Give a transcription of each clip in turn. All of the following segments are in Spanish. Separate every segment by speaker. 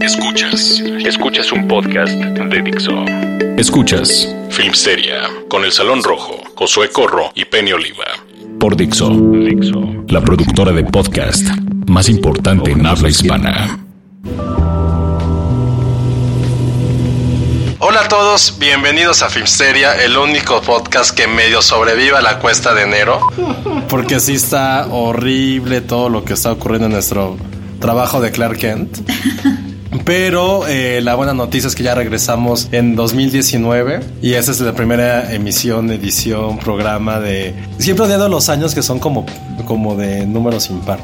Speaker 1: Escuchas, escuchas un podcast de Dixo. Escuchas Filmsteria con El Salón Rojo, Josué Corro y Penny Oliva. Por Dixo, la productora de podcast más importante en habla hispana.
Speaker 2: Hola a todos, bienvenidos a Filmsteria, el único podcast que medio sobreviva la cuesta de enero.
Speaker 3: Porque sí está horrible todo lo que está ocurriendo en nuestro trabajo de Clark Kent. Pero eh, la buena noticia es que ya regresamos en 2019 y esa es la primera emisión, edición, programa de... Siempre odiando los años que son como, como de números impar.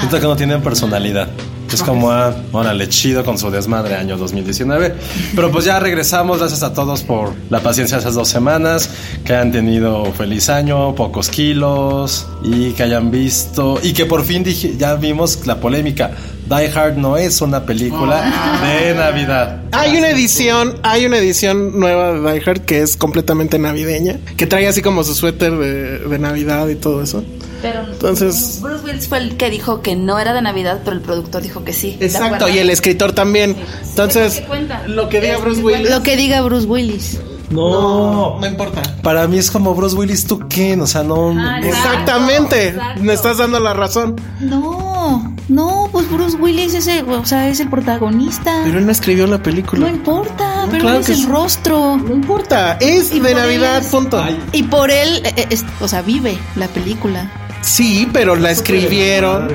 Speaker 3: Siento que no tienen personalidad. Es como, ah, órale, chido con su desmadre año 2019. Pero pues ya regresamos. Gracias a todos por la paciencia esas dos semanas. Que han tenido feliz año, pocos kilos y que hayan visto. Y que por fin dije, ya vimos la polémica. Die Hard no es una película de Navidad.
Speaker 4: Hay una edición, hay una edición nueva de Die Hard que es completamente navideña, que trae así como su suéter de, de Navidad y todo eso.
Speaker 5: Pero
Speaker 4: Entonces-
Speaker 5: Bruce Willis fue el que dijo que no era de Navidad, pero el productor dijo que sí. ¿Te
Speaker 4: Exacto,
Speaker 5: acuerdas?
Speaker 4: y el escritor también.
Speaker 5: Es lo
Speaker 4: Entonces,
Speaker 5: que cuenta.
Speaker 4: lo que diga
Speaker 5: Es
Speaker 4: Bruce
Speaker 5: que cuenta.
Speaker 4: Willis.
Speaker 5: Lo que diga Bruce Willis.
Speaker 4: No, no importa.
Speaker 3: Para mí es como Bruce Willis, ¿tú qué? O sea, no.
Speaker 5: Ah,
Speaker 3: no.
Speaker 4: Exactamente,
Speaker 5: exacto.
Speaker 4: me estás dando la razón.
Speaker 5: No, no, pues Bruce Willis es el, o sea, es el protagonista.
Speaker 4: Pero él no escribió la
Speaker 5: No
Speaker 4: película. No,
Speaker 5: importa, pero
Speaker 4: claro
Speaker 5: él es
Speaker 4: que
Speaker 5: el
Speaker 4: sí.
Speaker 5: rostro.
Speaker 4: importa, es
Speaker 5: Y
Speaker 4: de
Speaker 5: por
Speaker 4: Navidad,
Speaker 5: eso-
Speaker 4: punto.
Speaker 5: Y por él, eh, eh, es- o sea, vive la película.
Speaker 4: Sí, pero la escribieron.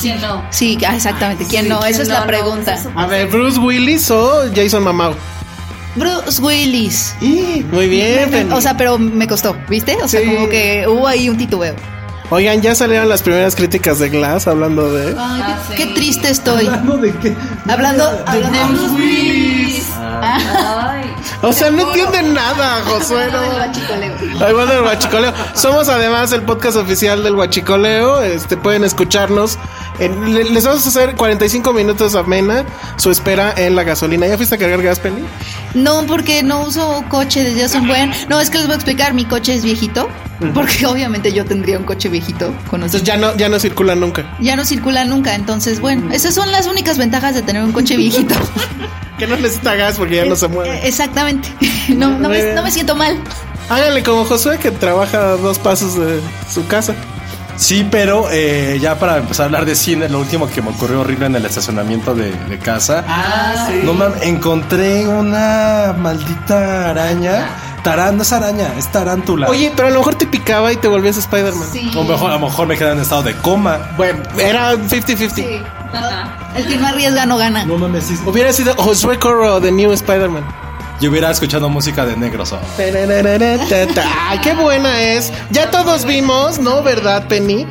Speaker 5: ¿Quién no? Sí, ah, exactamente. ¿Quién no? Esa es la pregunta.
Speaker 4: A ver, Bruce Willis o Jason Mamau.
Speaker 5: Bruce Willis.
Speaker 4: Y muy pues, bien. Penny.
Speaker 5: O sea, pero me costó, ¿viste? O sea,
Speaker 4: Sí.
Speaker 5: como que hubo ahí un titubeo.
Speaker 4: Oigan, ya salieron las primeras críticas de Glass hablando de Ah,
Speaker 5: Qué triste estoy. ¿Hablando de qué? Hablando, de Bruce Willis.
Speaker 4: O sea, no entienden nada, Josué.
Speaker 5: Hablando del
Speaker 4: No.
Speaker 5: bachicoleo.
Speaker 4: Ay, bueno, del Guachicoleo. Somos además el podcast oficial del Guachicoleo. Este, pueden escucharnos. en- le- les vamos a hacer 45 minutos amena su espera en la gasolina. ¿Ya fuiste a cargar gas, Penny?
Speaker 5: No, porque no uso coche desde hace un buen. No, es que les voy a explicar, mi coche es viejito. Porque obviamente yo tendría un coche viejito con
Speaker 4: Entonces
Speaker 5: nosotros.
Speaker 4: ya no, ya no circula nunca.
Speaker 5: Ya no circula nunca, entonces bueno, esas son las únicas ventajas de tener un coche viejito.
Speaker 4: Que no necesita gas porque ya no se
Speaker 5: Eh,
Speaker 4: mueve.
Speaker 5: Exactamente. No, no, me, no me siento mal.
Speaker 4: Háganle como Josué que trabaja a dos pasos de su casa.
Speaker 3: Sí, pero eh, ya para empezar a hablar de cine, lo último que me ocurrió horrible en el estacionamiento de, de casa. Ah, sí. No mames, encontré una maldita araña. Tarán, no es araña, es tarántula.
Speaker 4: Oye, pero a lo mejor te picaba y te volvías Spider-Man.
Speaker 3: O mejor, a lo mejor me quedé en estado de coma.
Speaker 4: Bueno, era 50-50.
Speaker 5: El que no arriesga no gana.
Speaker 3: No mames, sí.
Speaker 4: Hubiera sido Josué Corro de New Spider-Man.
Speaker 3: Yo hubiera escuchado música de negros. oh.
Speaker 4: Ay, qué buena es. Ya todos vimos, ¿no? ¿Verdad, Penny?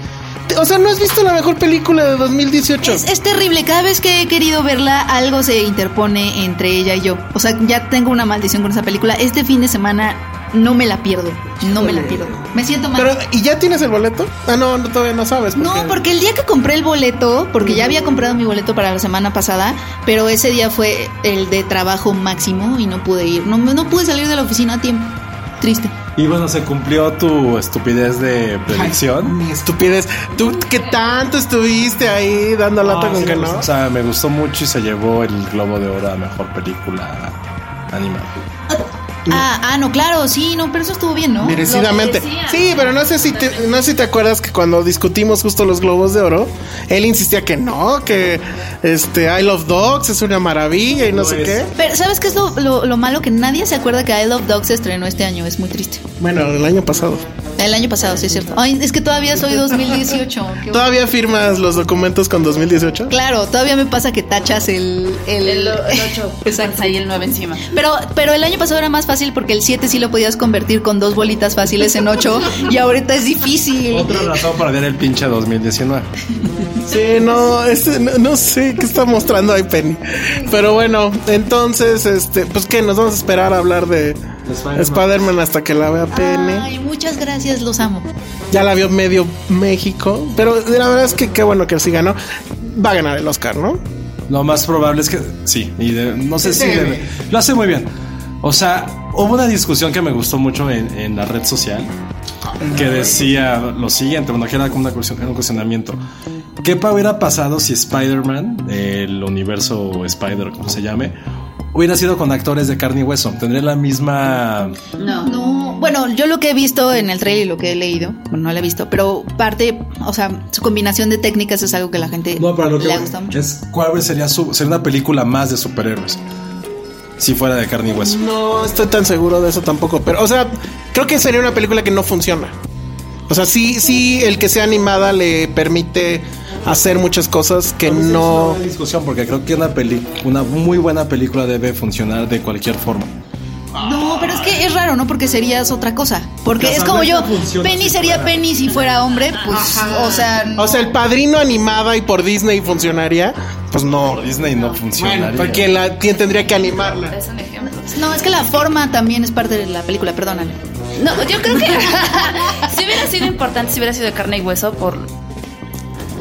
Speaker 4: Te- O sea, ¿no has visto la mejor película de 2018?
Speaker 5: Es, es terrible, cada vez que he querido verla, algo se interpone entre ella y yo. O sea, ya tengo una maldición con esa película. Este fin de semana no me la pierdo. No me la pierdo. Me siento mal.
Speaker 4: Pero, ¿y ya tienes el boleto? Ah, no, no, todavía no sabes.
Speaker 5: no, porque el día que compré el boleto, porque ya había comprado mi boleto para la semana pasada, pero ese día fue el de trabajo máximo y no pude ir. No, no pude salir de la oficina a tiempo. Triste.
Speaker 3: Y bueno, se cumplió tu estupidez de predicción.
Speaker 4: Mi estupidez. Tú que tanto estuviste ahí dando lata
Speaker 3: Ah,
Speaker 4: con
Speaker 3: sí
Speaker 4: que
Speaker 3: me
Speaker 4: no.
Speaker 3: gustó. O sea, me gustó mucho y se llevó el Globo de Oro a Mejor Película Animal.
Speaker 5: Ah, ah, no, claro, sí, no, pero eso estuvo bien, ¿no?
Speaker 4: Merecidamente.
Speaker 6: Lo que decía.
Speaker 4: Sí, pero no sé si te, no sé si te acuerdas que cuando discutimos justo los globos de oro, él insistía que no, que este I Love Dogs es una maravilla y no, sé qué.
Speaker 5: Pero ¿sabes qué es lo, lo- lo malo? Que nadie se acuerda que I Love Dogs se estrenó este año, es muy triste.
Speaker 4: Bueno, el año pasado.
Speaker 5: El año pasado, sí es cierto. Ay, es que todavía soy 2018. qué bueno.
Speaker 4: ¿Todavía firmas los documentos con 2018?
Speaker 5: Claro, todavía me pasa que tachas el... El,
Speaker 6: El 8.
Speaker 5: Exacto.
Speaker 6: Ahí el 9 encima.
Speaker 5: Pero, pero el año pasado era más fácil porque el 7 sí lo podías convertir con dos bolitas fáciles en 8 y ahorita es difícil.
Speaker 3: Otra razón para ver el pinche 2019.
Speaker 4: Sí, no, este, no, no sé qué está mostrando ahí Penny. Pero bueno, entonces, este, pues que nos vamos a esperar a hablar de
Speaker 3: Spider-Man.
Speaker 4: Spider-Man hasta que la vea Penny.
Speaker 5: Ay, muchas gracias, los amo.
Speaker 4: Ya la vio medio México, pero la verdad es que qué bueno que sí ganó. Va a ganar el Oscar, ¿no?
Speaker 3: Lo más probable es que sí, y de- no sé si
Speaker 4: Sí.
Speaker 3: debe- lo hace muy bien. O sea, hubo una discusión que me gustó mucho en, en la red social que decía lo siguiente, bueno, que era como una cuestión, era un cuestionamiento. ¿Qué pa- hubiera pasado si Spider-Man, el universo Spider, como se llame, hubiera sido con actores de carne y hueso? Tendría la misma...
Speaker 6: No.
Speaker 5: No, bueno, yo lo que he visto en el trailer y lo que he leído, bueno, no lo he visto, pero parte, o sea, su combinación de técnicas es algo que la gente
Speaker 3: No, pero lo que
Speaker 5: le
Speaker 3: voy
Speaker 5: gusta mucho.
Speaker 3: es cuál sería su... Sería una película más de superhéroes. Si fuera de carne y hueso.
Speaker 4: No estoy tan seguro de eso tampoco, pero, o sea, creo que sería una película que no funciona. O sea, sí, sí, el que sea animada le permite hacer muchas cosas que
Speaker 5: Pues
Speaker 3: no
Speaker 4: no.
Speaker 3: es discusión porque creo que una peli una muy buena película debe funcionar de cualquier forma.
Speaker 5: No, pero es que es raro, ¿no? Porque serías otra cosa. Porque es
Speaker 3: Casablanca
Speaker 5: como yo,
Speaker 3: funciona
Speaker 5: Penny
Speaker 3: si
Speaker 5: sería Penny si fuera hombre, pues, o sea,
Speaker 4: O sea, el padrino animada y por Disney funcionaría, pues no.
Speaker 3: Disney no funciona.
Speaker 4: Bueno, pues, ¿quién, la, quién tendría que animarla?
Speaker 6: Es un ejemplo.
Speaker 5: no, es que la forma también es parte de la película, perdóname.
Speaker 6: No, yo creo que si hubiera sido importante, si hubiera sido de carne y hueso por,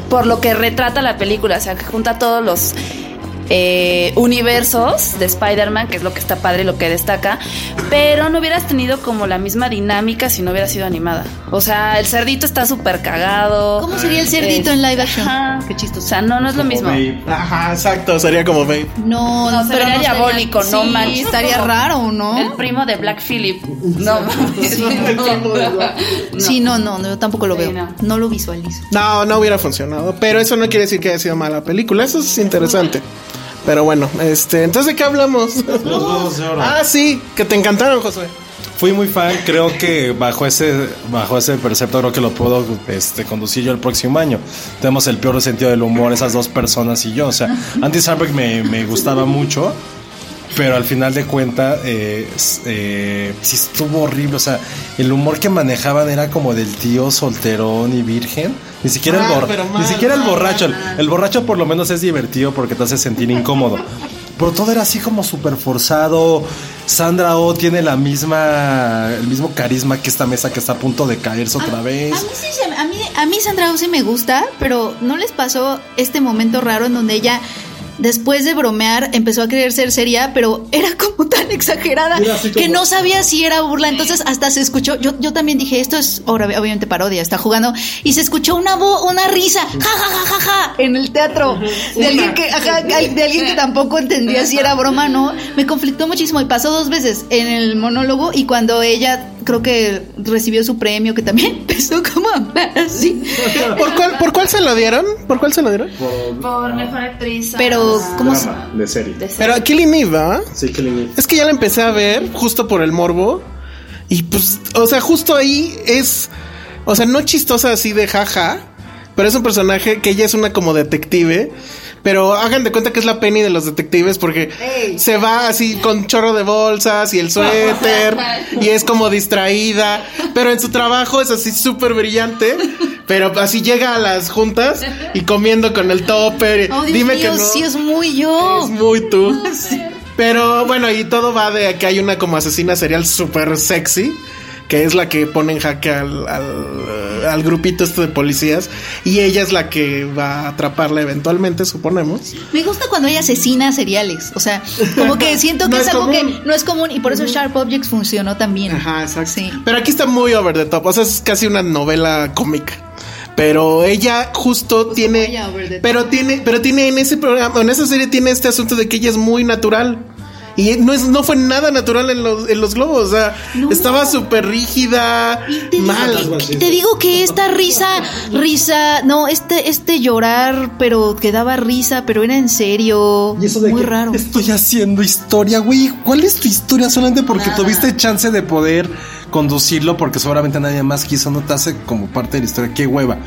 Speaker 6: por lo que retrata la película, o sea, que junta todos los eh, universos de Spider-Man, que es lo que está padre y lo que destaca, pero no hubieras tenido como la misma dinámica si no hubiera sido animada. O sea, el cerdito está súper cagado.
Speaker 5: ¿Cómo sería el cerdito
Speaker 6: Eh,
Speaker 5: en live action?
Speaker 6: ajá.
Speaker 5: Qué chistoso.
Speaker 6: O sea, no, no es lo mismo.
Speaker 4: Ajá, exacto, sería como Babe.
Speaker 5: No,
Speaker 6: No, sería diabólico, no
Speaker 5: sí,
Speaker 6: manches,
Speaker 5: estaría
Speaker 6: como-
Speaker 5: raro, ¿no?
Speaker 6: El primo de Black Phillip. No, no.
Speaker 5: Sí, no, no, yo tampoco lo
Speaker 6: Sí,
Speaker 5: veo.
Speaker 6: no.
Speaker 5: No lo visualizo.
Speaker 4: No, no hubiera funcionado. Pero eso no quiere decir que haya sido mala película. Eso es interesante. Pero bueno, este, entonces ¿de qué hablamos?
Speaker 3: Globos de Oro.
Speaker 4: Ah, sí, que te encantaron, Josué.
Speaker 3: Fui muy fan, creo que bajo ese bajo ese percepto creo que lo puedo este, conducir yo el próximo año. Tenemos el peor sentido del humor esas dos personas y yo, o sea, Andy Samberg me, me gustaba mucho, pero al final de cuenta eh, s- eh, sí estuvo horrible, o sea, el humor que manejaban era como del tío solterón y virgen, ni siquiera
Speaker 4: Mal,
Speaker 3: el
Speaker 4: Ah, pero
Speaker 3: borracho,
Speaker 4: mal,
Speaker 3: ni siquiera el
Speaker 4: mal,
Speaker 3: borracho, el- el borracho por lo menos es divertido porque te hace sentir incómodo. Pero todo era así como súper forzado. Sandra O tiene la misma, el mismo carisma que esta mesa que está a punto de caerse otra vez.
Speaker 5: A mí, sí, se- a, mí, a mí Sandra Oh sí me gusta, pero ¿no les pasó este momento raro en donde ella, después de bromear, empezó a querer ser seria, pero era como tan exagerada
Speaker 3: Era así
Speaker 5: que
Speaker 3: como-
Speaker 5: no sabía si era burla? Entonces hasta se escuchó, yo, yo también dije, esto es obra- obviamente parodia, está jugando, y se escuchó una voz, una risa, ja, ja, ja, ja, ja, en el teatro, de alguien, que, ajá, de alguien que tampoco entendía si era broma o no. Me conflictó muchísimo y pasó dos veces en el monólogo y cuando ella creo que recibió su premio, que también empezó como a hablar así.
Speaker 4: ¿Por cuál, ¿Por cuál se lo dieron? ¿Por cuál se lo dieron?
Speaker 6: Por mejor actriz.
Speaker 5: Pero,
Speaker 4: ah.
Speaker 5: ¿cómo se-
Speaker 3: de serie.
Speaker 4: Pero a Killing Eve, ¿ah? ¿verdad?
Speaker 3: Sí, que le-
Speaker 4: Es que ya la empecé a ver justo por el morbo. Y pues, o sea, justo ahí es. O sea, no chistosa así de jaja. Pero es un personaje que ella es una como detective. Pero hagan de cuenta que es la Penny de los detectives porque se va así con chorro de bolsas y el suéter y es como distraída. Pero en su trabajo es así súper brillante. Pero así llega a las juntas y comiendo con el topper. y
Speaker 5: Oh, Dios
Speaker 4: Dime
Speaker 5: mío,
Speaker 4: que no.
Speaker 5: sí es muy yo.
Speaker 4: Es muy tú. Pero bueno, y todo va de que hay una como asesina serial súper sexy. Que es la que pone en jaque al, al, al grupito este de policías. Y ella es la que va a atraparla eventualmente, suponemos.
Speaker 5: Me gusta cuando hay asesinas seriales. O sea, como que siento que
Speaker 4: No es
Speaker 5: es, algo
Speaker 4: común.
Speaker 5: que no es común y por eso Sharp Objects funcionó también.
Speaker 4: Ajá, exacto.
Speaker 5: Sí.
Speaker 4: Pero aquí está muy over the top. O sea, es casi una novela cómica. Pero ella justo tiene.
Speaker 5: ella, over the top.
Speaker 4: pero tiene. Pero tiene en ese programa, en esa serie tiene este asunto de que ella es muy natural. Y no, es, no fue nada natural en los, en los globos. O sea,
Speaker 5: No.
Speaker 4: estaba súper rígida,
Speaker 5: Te digo,
Speaker 4: mal.
Speaker 5: que-
Speaker 4: güey.
Speaker 5: que- te digo que esta risa, risa, no, este, este llorar, pero que daba risa, pero era en serio.
Speaker 7: Y eso de
Speaker 5: Muy
Speaker 7: que
Speaker 5: raro.
Speaker 3: Estoy haciendo historia, güey. ¿Cuál es tu historia? Solamente porque tuviste chance de poder conducirlo, porque seguramente nadie más quiso notarse como parte de la historia. Qué hueva.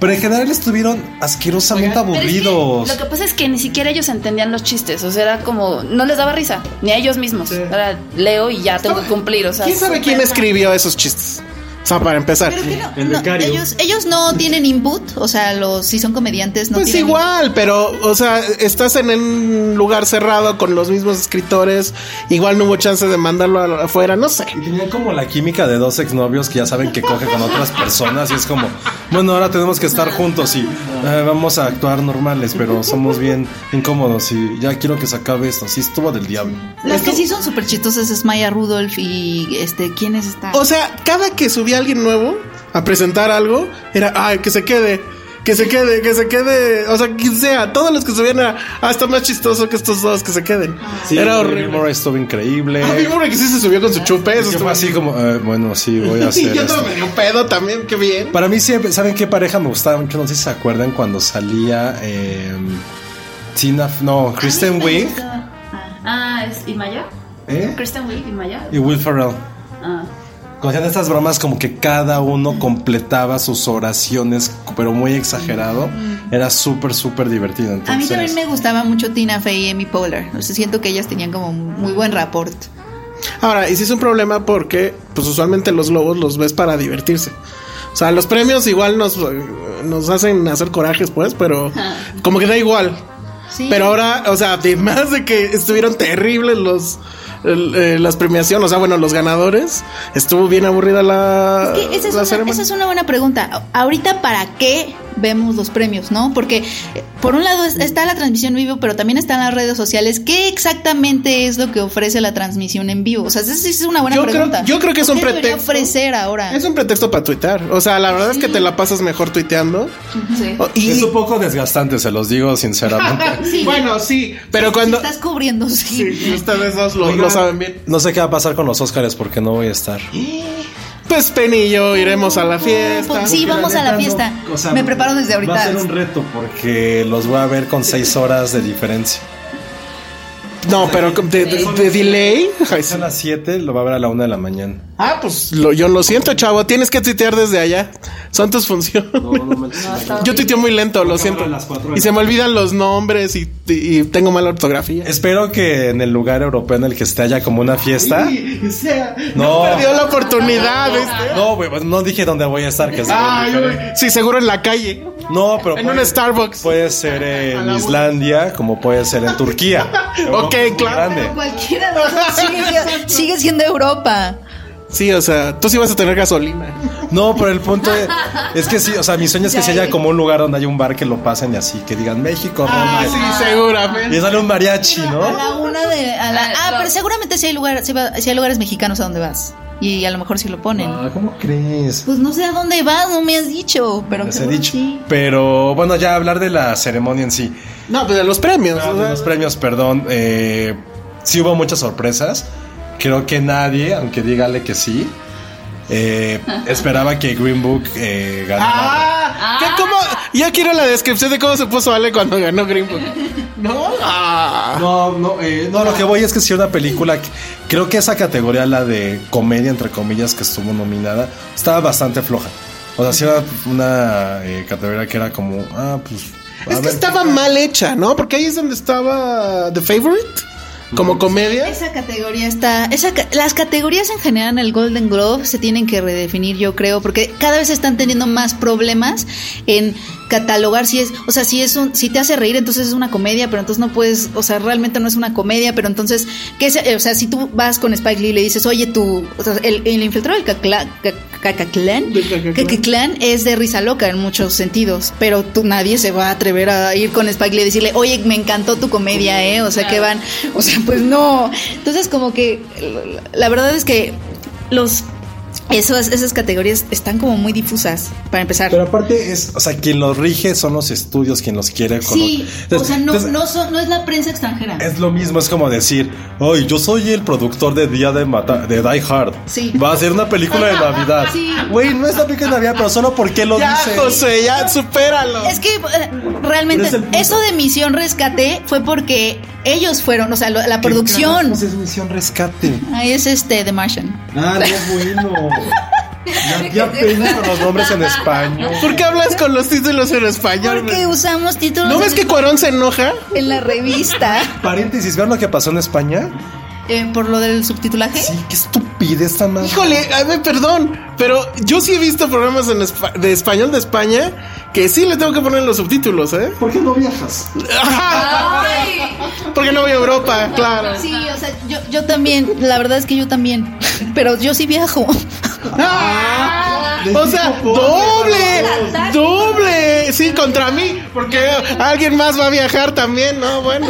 Speaker 3: Pero en general estuvieron asquerosamente
Speaker 6: Pero es que
Speaker 3: aburridos.
Speaker 6: lo que pasa es que ni siquiera ellos entendían los chistes. O sea, era como. No les daba risa. Ni a ellos mismos. Era leo y ya
Speaker 5: Ah,
Speaker 6: tengo que cumplir. O sea,
Speaker 4: ¿Quién sabe quién escribió esos chistes? O sea, para empezar.
Speaker 5: Pero que no-
Speaker 7: el
Speaker 5: no,
Speaker 7: becario.
Speaker 5: ellos, ellos no tienen input, o sea, los si son comediantes no
Speaker 4: Pues
Speaker 5: tienen
Speaker 4: igual, pero, o sea, estás en un lugar cerrado con los mismos escritores. Igual no hubo chance de mandarlo a- afuera, no sé.
Speaker 3: Y tenían como la química de dos exnovios que ya saben que coge con otras personas y es como, bueno, ahora tenemos que estar juntos y eh, vamos a actuar normales, pero somos bien incómodos y ya quiero que se acabe esto. Así estuvo del diablo.
Speaker 5: Las que sí son súper chistosas es Maya Rudolph y este, ¿quién es esta?
Speaker 4: O sea, cada que subía alguien nuevo a presentar algo, era, ay, que se quede, que se quede, que se quede. O sea, quien sea, todos los que subían era, ah, está más chistoso que estos dos, que se queden. era
Speaker 3: Bill
Speaker 4: horrible.
Speaker 3: Murray estuvo increíble.
Speaker 4: A mí Murray que sí se subió con su chupe, eso
Speaker 3: Yo
Speaker 4: estuvo
Speaker 3: fue así como, eh, bueno, sí, voy a
Speaker 4: Y
Speaker 3: hacer
Speaker 4: yo
Speaker 3: esto.
Speaker 4: me dio pedo también, qué bien.
Speaker 3: Para mí, siempre, ¿saben qué pareja me gustaba mucho? No sé si se acuerdan cuando salía eh, Tina, no, Kristen Wiig
Speaker 6: Ah, es ¿y Maya?
Speaker 3: ¿eh?
Speaker 6: ¿Kristen Wiig y Maya?
Speaker 3: y Will Ferrell.
Speaker 6: Ah.
Speaker 3: Conocían estas bromas como que cada uno completaba sus oraciones, pero muy exagerado. Era súper, súper divertido.
Speaker 5: a mí
Speaker 3: Entonces,
Speaker 5: también me gustaba mucho Tina Fey y Amy Poehler. O sea, siento que ellas tenían como muy buen rapport.
Speaker 4: Ahora, y sí es un problema porque, pues usualmente los globos los ves para divertirse. O sea, los premios igual nos, nos hacen hacer corajes, pues, pero como que da igual.
Speaker 5: Sí.
Speaker 4: Pero ahora, o sea, además de que estuvieron terribles los el, eh, las premiaciones, o sea, bueno, los ganadores, estuvo bien aburrida la,
Speaker 5: Que esa, es
Speaker 4: la
Speaker 5: una,
Speaker 4: ceremonia.
Speaker 5: esa es una buena pregunta. A- Ahorita, ¿para qué vemos los premios, no? Porque, eh, por un lado, es- está la transmisión en vivo, pero también están las redes sociales. ¿Qué exactamente es lo que ofrece la transmisión en vivo? O sea, esa sí es una buena
Speaker 4: Yo creo-
Speaker 5: pregunta.
Speaker 4: yo creo que es
Speaker 5: ¿Por
Speaker 4: un
Speaker 5: qué debería
Speaker 4: pretexto?
Speaker 5: ofrecer ahora?
Speaker 4: Es un pretexto para tuitear. O sea, la verdad es que te la pasas mejor tuiteando.
Speaker 6: Sí.
Speaker 4: O- Y,
Speaker 3: Es un poco desgastante, se los digo sinceramente.
Speaker 5: Sí.
Speaker 4: bueno, sí, pero cuando.
Speaker 5: Estás cubriendo, sí.
Speaker 4: Sí, ustedes dos lo, lo
Speaker 3: Oigan,
Speaker 4: saben bien.
Speaker 3: No sé qué va a pasar con los Óscares porque no voy a estar.
Speaker 4: Pues Penny y yo iremos a la fiesta.
Speaker 5: pues sí. vamos a la fiesta. Me preparo desde ahorita.
Speaker 3: Va a ser un reto porque los voy a ver con seis horas de diferencia.
Speaker 4: No, pero con- de, de- de delay. Ay, sí.
Speaker 3: Es a las 7, lo va a ver a la 1 de la mañana.
Speaker 4: Ah, pues lo- yo lo siento, chavo. Tienes que tuitear desde allá. Son tus funciones. yo tuiteo muy lento, lo siento. Y se me olvidan los nombres y, y tengo mala ortografía.
Speaker 3: Espero que en el lugar europeo en el que esté haya como una fiesta. No,
Speaker 4: Perdió la oportunidad. ¿viste?
Speaker 3: no, güey, pues, no dije dónde voy a estar. Que es
Speaker 4: Ay,
Speaker 3: muy
Speaker 4: güey. Pues,
Speaker 3: diferente.
Speaker 4: sí, seguro en la calle.
Speaker 3: no, pero
Speaker 4: En
Speaker 3: puede-
Speaker 4: un Starbucks.
Speaker 3: Puede ser en Islandia, como puede ser en Turquía. Europa es muy
Speaker 4: claro.
Speaker 3: grande.
Speaker 5: Cualquiera de los- sigue, siendo- sigue siendo Europa.
Speaker 4: Sí, o sea, tú sí vas a tener gasolina.
Speaker 3: No, pero el punto es, es que sí, o sea, mi sueño es que
Speaker 5: Ya,
Speaker 3: se haya
Speaker 5: ya.
Speaker 3: como un lugar donde haya un bar que lo pasen y así, que digan México, Roma.
Speaker 4: Ah, sí, seguramente.
Speaker 3: Y sale un mariachi,
Speaker 5: A la
Speaker 3: ¿no?
Speaker 5: una de. a la- ah,
Speaker 6: no.
Speaker 5: pero seguramente si hay, lugar, sí va- sí hay lugares mexicanos a donde vas. Y a lo mejor sí lo ponen.
Speaker 3: Ah, ¿Cómo crees?
Speaker 5: Pues no sé a dónde vas, no me has dicho. Pero
Speaker 3: Les he
Speaker 5: seguro
Speaker 3: dicho.
Speaker 5: sí.
Speaker 3: Pero bueno, ya hablar de la ceremonia en sí.
Speaker 4: No, pues de los premios.
Speaker 3: Ah,
Speaker 4: o
Speaker 3: de
Speaker 4: sea,
Speaker 3: los premios, perdón. eh, sí hubo muchas sorpresas. Creo que nadie, aunque dígale que sí, eh, esperaba que Green Book eh, ganara.
Speaker 4: Ah, ¿qué, cómo? Ya quiero la descripción de cómo se puso Ale cuando ganó Green Book. No, ah.
Speaker 3: No, no, eh, no, lo que voy es que si una película, que- creo que esa categoría, la de comedia, entre comillas, que estuvo nominada, estaba bastante floja. O sea, sí era una eh, categoría que era como, ah, pues... a
Speaker 4: es que
Speaker 3: ver.
Speaker 4: estaba mal hecha, ¿no? Porque ahí es donde estaba The Favorite, como comedia.
Speaker 5: Esa categoría está. Esa, ca- las categorías en general en el Golden Globe se tienen que redefinir, yo creo, porque cada vez están teniendo más problemas en catalogar si es. O sea, si es un, si te hace reír, entonces es una comedia, pero entonces no puedes. O sea, realmente no es una comedia, pero entonces. ¿qué se- o sea, si tú vas con Spike Lee y le dices, oye, tú. o sea, el, el infiltrado del Cacla- Ca- Cacaclán.
Speaker 4: Del Cacaclán.
Speaker 5: Cacaclán es de risa loca en muchos sentidos, pero tú, nadie se va a atrever a ir con Spike Lee y decirle, oye, me encantó tu comedia, ¿eh? O sea, que van, o sea, pues no. Entonces, como que la verdad es que los Esas, esas categorías están como muy difusas, para empezar.
Speaker 3: Pero aparte es, o sea, quien los rige son los estudios, quien los quiere colocar.
Speaker 7: Sí, o
Speaker 3: Entonces-
Speaker 7: sea, no,
Speaker 3: entonces,
Speaker 7: no, son- no es la prensa extranjera.
Speaker 3: Es lo mismo, es como decir, ay, yo soy el productor de Día de Mata de Die Hard.
Speaker 7: Sí.
Speaker 3: Va a ser una película de Navidad.
Speaker 7: Sí.
Speaker 3: Güey, no es la película de Navidad, pero solo porque lo
Speaker 4: Ya,
Speaker 3: dice.
Speaker 4: José, ya, supéralo.
Speaker 5: Es que eh, realmente
Speaker 3: Pero es el punto.
Speaker 5: eso de Misión Rescate fue porque ellos fueron, o sea, lo- la
Speaker 3: ¿Qué
Speaker 5: producción.
Speaker 3: carajos Es misión rescate.
Speaker 5: Ahí es este The Martian.
Speaker 3: Ah, no es bueno. Ya, ya peino con los nombres en español.
Speaker 4: ¿Por qué hablas con los títulos en español?
Speaker 5: Porque usamos títulos
Speaker 4: ¿No ves que Cuarón se enoja?
Speaker 5: en la revista
Speaker 3: Paréntesis, ¿vean lo que pasó en España?
Speaker 5: eh, por lo del subtitulaje?
Speaker 3: Sí, qué estupidez tan más.
Speaker 4: Híjole, a ver, perdón, pero yo sí he visto programas en espa- de español de España que sí le tengo que poner los subtítulos, ¿eh?
Speaker 3: ¿Por qué no viajas?
Speaker 4: Porque no voy a Europa, claro.
Speaker 5: Sí, o sea, yo, yo también, la verdad es que yo también, pero yo sí viajo.
Speaker 4: ¡Ah! O sea, doble, doble, sí, contra mí, porque alguien más va a viajar también, ¿no? Bueno,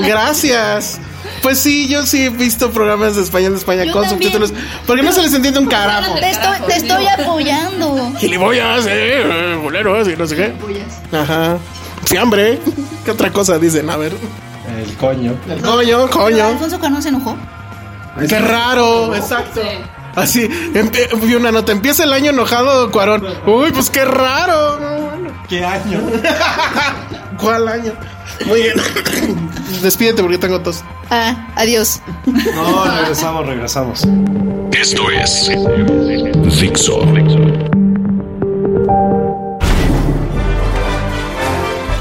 Speaker 4: gracias. Pues sí, yo sí he visto programas de español de España
Speaker 5: Yo
Speaker 4: con
Speaker 5: también.
Speaker 4: subtítulos, porque no se les entiende un carajo.
Speaker 5: Te estoy, te estoy apoyando.
Speaker 4: Gilipollas, eh, boleros y no sé qué. Ajá. Fiambre. ¿Qué otra cosa dicen? A ver.
Speaker 3: El coño.
Speaker 4: Coño, coño.
Speaker 5: Alfonso Cuarón se enojó.
Speaker 4: Qué raro. Exacto. Así, empe- vi una nota. Empieza el año enojado, Cuarón. Uy, pues qué raro. No, bueno.
Speaker 3: ¿Qué año?
Speaker 4: ¿Cuál año? Muy bien. Despídete porque tengo tos.
Speaker 5: Ah, adiós.
Speaker 3: No, regresamos, regresamos.
Speaker 1: Esto es Dixo.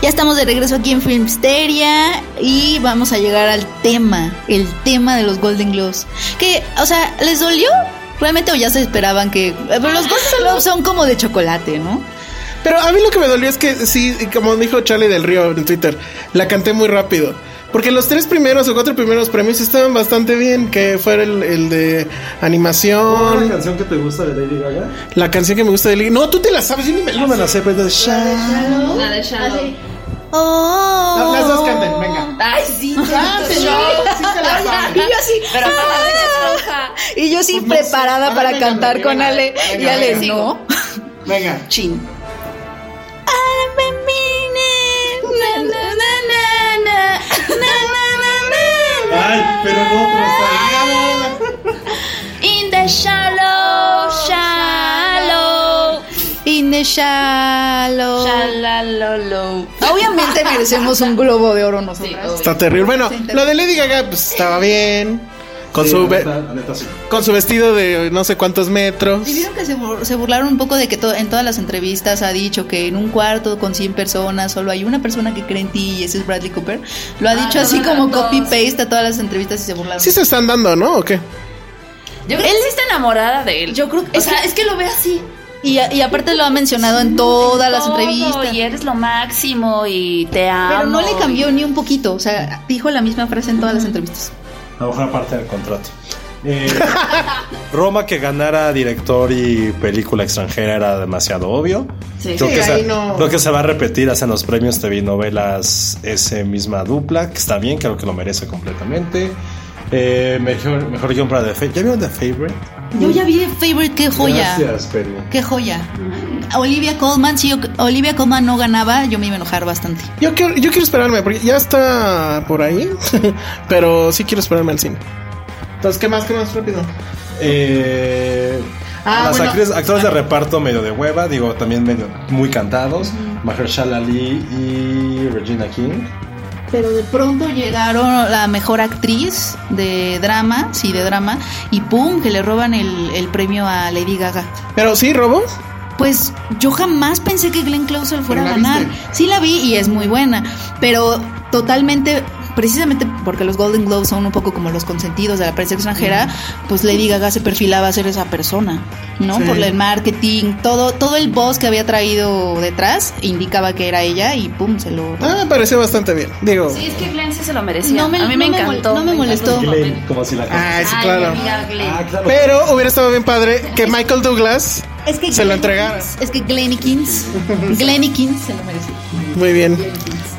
Speaker 5: Ya estamos de regreso aquí en Filmsteria y vamos a llegar al tema, el tema de los Golden Globes. Que, o sea, ¿les dolió? Realmente o ya se esperaban que... Pero los Golden Globes son como de chocolate, ¿no?
Speaker 4: Pero a mí lo que me dolió es que sí, como dijo Charlie del Río en Twitter, la canté muy rápido. Porque los tres primeros o cuatro primeros premios estaban bastante bien, que fue el, el de animación,
Speaker 3: canción que te gusta de Lady Gaga?
Speaker 4: la canción que me gusta de Lily. No, tú te la sabes, yo ni me la
Speaker 3: No me la sé, pero es Sha-
Speaker 7: La de Shadow.
Speaker 5: Oh.
Speaker 4: Las dos canten, venga.
Speaker 6: Ay, sí.
Speaker 4: Ah, sí, sí se la
Speaker 5: Y
Speaker 4: saben.
Speaker 5: yo así,
Speaker 6: Pero
Speaker 5: ah. y yo sí preparada
Speaker 4: Ah,
Speaker 5: para
Speaker 4: venga,
Speaker 5: cantar
Speaker 4: venga,
Speaker 5: con
Speaker 4: venga,
Speaker 5: Ale.
Speaker 4: venga,
Speaker 5: y Ale,
Speaker 4: venga.
Speaker 5: no.
Speaker 4: Venga.
Speaker 5: Chin. I'm a minute. Na, na, na, na, na. Na, na, na, na, na.
Speaker 3: Ay, pero no, pues, pero está bien.
Speaker 6: In the shallow, shallow,
Speaker 5: In the shallow.
Speaker 6: shallow.
Speaker 5: Obviamente merecemos un globo de oro nosotras.
Speaker 4: Está terrible. Bueno,
Speaker 5: Sí, está
Speaker 4: lo de Lady Gaga pues, estaba bien. Con, su ve- con su vestido de no sé cuántos metros.
Speaker 5: ¿Y vieron que se, bur- se burlaron un poco de que to- en todas las entrevistas ha dicho que en un cuarto con 100 personas solo hay una persona que cree en ti y ese es Bradley Cooper? Lo ha
Speaker 6: Ah,
Speaker 5: dicho así
Speaker 6: todos
Speaker 5: como
Speaker 6: ratos.
Speaker 5: copy-paste a todas las entrevistas y se burlaron.
Speaker 4: Sí se están dando, ¿no? ¿O qué?
Speaker 6: Yo creo que sí está enamorada de él.
Speaker 5: Yo creo que-
Speaker 6: o sea, es que lo ve así.
Speaker 5: Y, a- y aparte lo ha mencionado en todas las
Speaker 6: Todo,
Speaker 5: entrevistas.
Speaker 6: Y eres lo máximo y te amo.
Speaker 5: Pero no le
Speaker 6: y-
Speaker 5: cambió ni un poquito, o sea, dijo la misma frase en todas las entrevistas.
Speaker 3: A lo mejor parte del contrato. Eh, Roma que ganara director y película extranjera era demasiado obvio.
Speaker 6: Sí.
Speaker 3: Creo,
Speaker 4: Sí,
Speaker 3: que
Speaker 4: ahí
Speaker 3: se,
Speaker 4: no.
Speaker 3: creo que se va a repetir hasta en los premios TV novelas ese misma dupla, que está bien, creo que lo merece completamente. Eh, mejor, mejor guión para The Favorite. ¿Ya vieron The Favorite?
Speaker 5: Yo ya vi Favorite, qué joya.
Speaker 3: Gracias, Penny.
Speaker 5: Qué joya. Olivia Colman, si yo- Olivia Colman no ganaba, yo me iba a enojar bastante.
Speaker 4: Yo quiero, yo quiero esperarme, porque ya está por ahí. pero sí quiero esperarme al cine. Entonces, ¿qué más? ¿Qué más rápido?
Speaker 3: Eh,
Speaker 4: Ah,
Speaker 3: las
Speaker 4: bueno.
Speaker 3: actrices- actores de reparto medio de hueva, digo, también medio muy cantados. Mahershala Ali y Regina King.
Speaker 5: Pero de pronto llegaron la mejor actriz de drama, sí, de drama, y pum, que le roban el, el premio a Lady Gaga.
Speaker 4: Pero sí, robo.
Speaker 5: Pues yo jamás pensé que Glenn Close fuera a
Speaker 4: ¿Pero la
Speaker 5: ganar.
Speaker 4: viste?
Speaker 5: Sí la vi y es muy buena, pero totalmente, precisamente porque los Golden Globes son un poco como los consentidos de la prensa extranjera, pues Lady Gaga se perfilaba a ser esa persona, ¿no?
Speaker 4: Mm. Sí.
Speaker 5: Por el marketing, todo, todo el boss que había traído detrás indicaba que era ella y pum, se lo...
Speaker 4: Ah, me pareció bastante bien. Digo.
Speaker 6: Sí, es que Glenn sí se lo merecía.
Speaker 5: No me-
Speaker 6: a mí
Speaker 5: no
Speaker 6: me
Speaker 5: me mol-
Speaker 6: encantó.
Speaker 5: no me molestó.
Speaker 6: encantó.
Speaker 3: Glenn, como si la
Speaker 4: Ah, sí,
Speaker 7: Ay,
Speaker 4: claro.
Speaker 7: mi amiga Glenn.
Speaker 3: Ah, claro.
Speaker 4: Pero hubiera estado bien padre que Michael Douglas
Speaker 5: Es que
Speaker 4: se lo
Speaker 5: Glenn-
Speaker 4: entregara.
Speaker 5: Es que Glennykins, Glennykins se lo merece.
Speaker 4: Muy bien.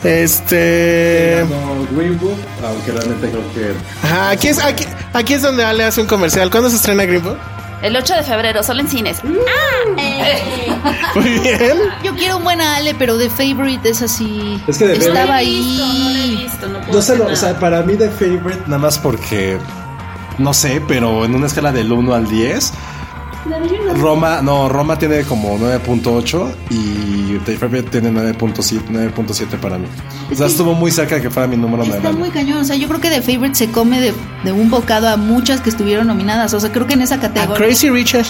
Speaker 4: Este.
Speaker 3: Ganó Greenwood, Eh, aunque realmente creo que
Speaker 4: Ajá, aquí es, aquí, aquí es donde Ale hace un comercial. ¿Cuándo se estrena Green Book?
Speaker 6: El 8 de febrero, solo en cines. ¡Ah!
Speaker 4: Muy bien.
Speaker 5: Yo quiero un buen Ale, pero The Favorite es así.
Speaker 3: Es que The
Speaker 5: Estaba
Speaker 3: Favorite-
Speaker 5: ahí.
Speaker 3: Yo se lo, o sea, para mí The Favorite, nada más porque, no sé, pero en una escala del 1 al 10, Roma, no, Roma tiene como 9.8 y The Favorite tiene 9.7 9.7 para mí. O sea, estuvo muy cerca de que fuera mi número
Speaker 5: Está
Speaker 3: normal.
Speaker 5: muy cañón. O sea, yo creo que The Favorite se come de, de un bocado a muchas que estuvieron nominadas. O sea, creo que en esa categoría.
Speaker 4: Crazy Richard.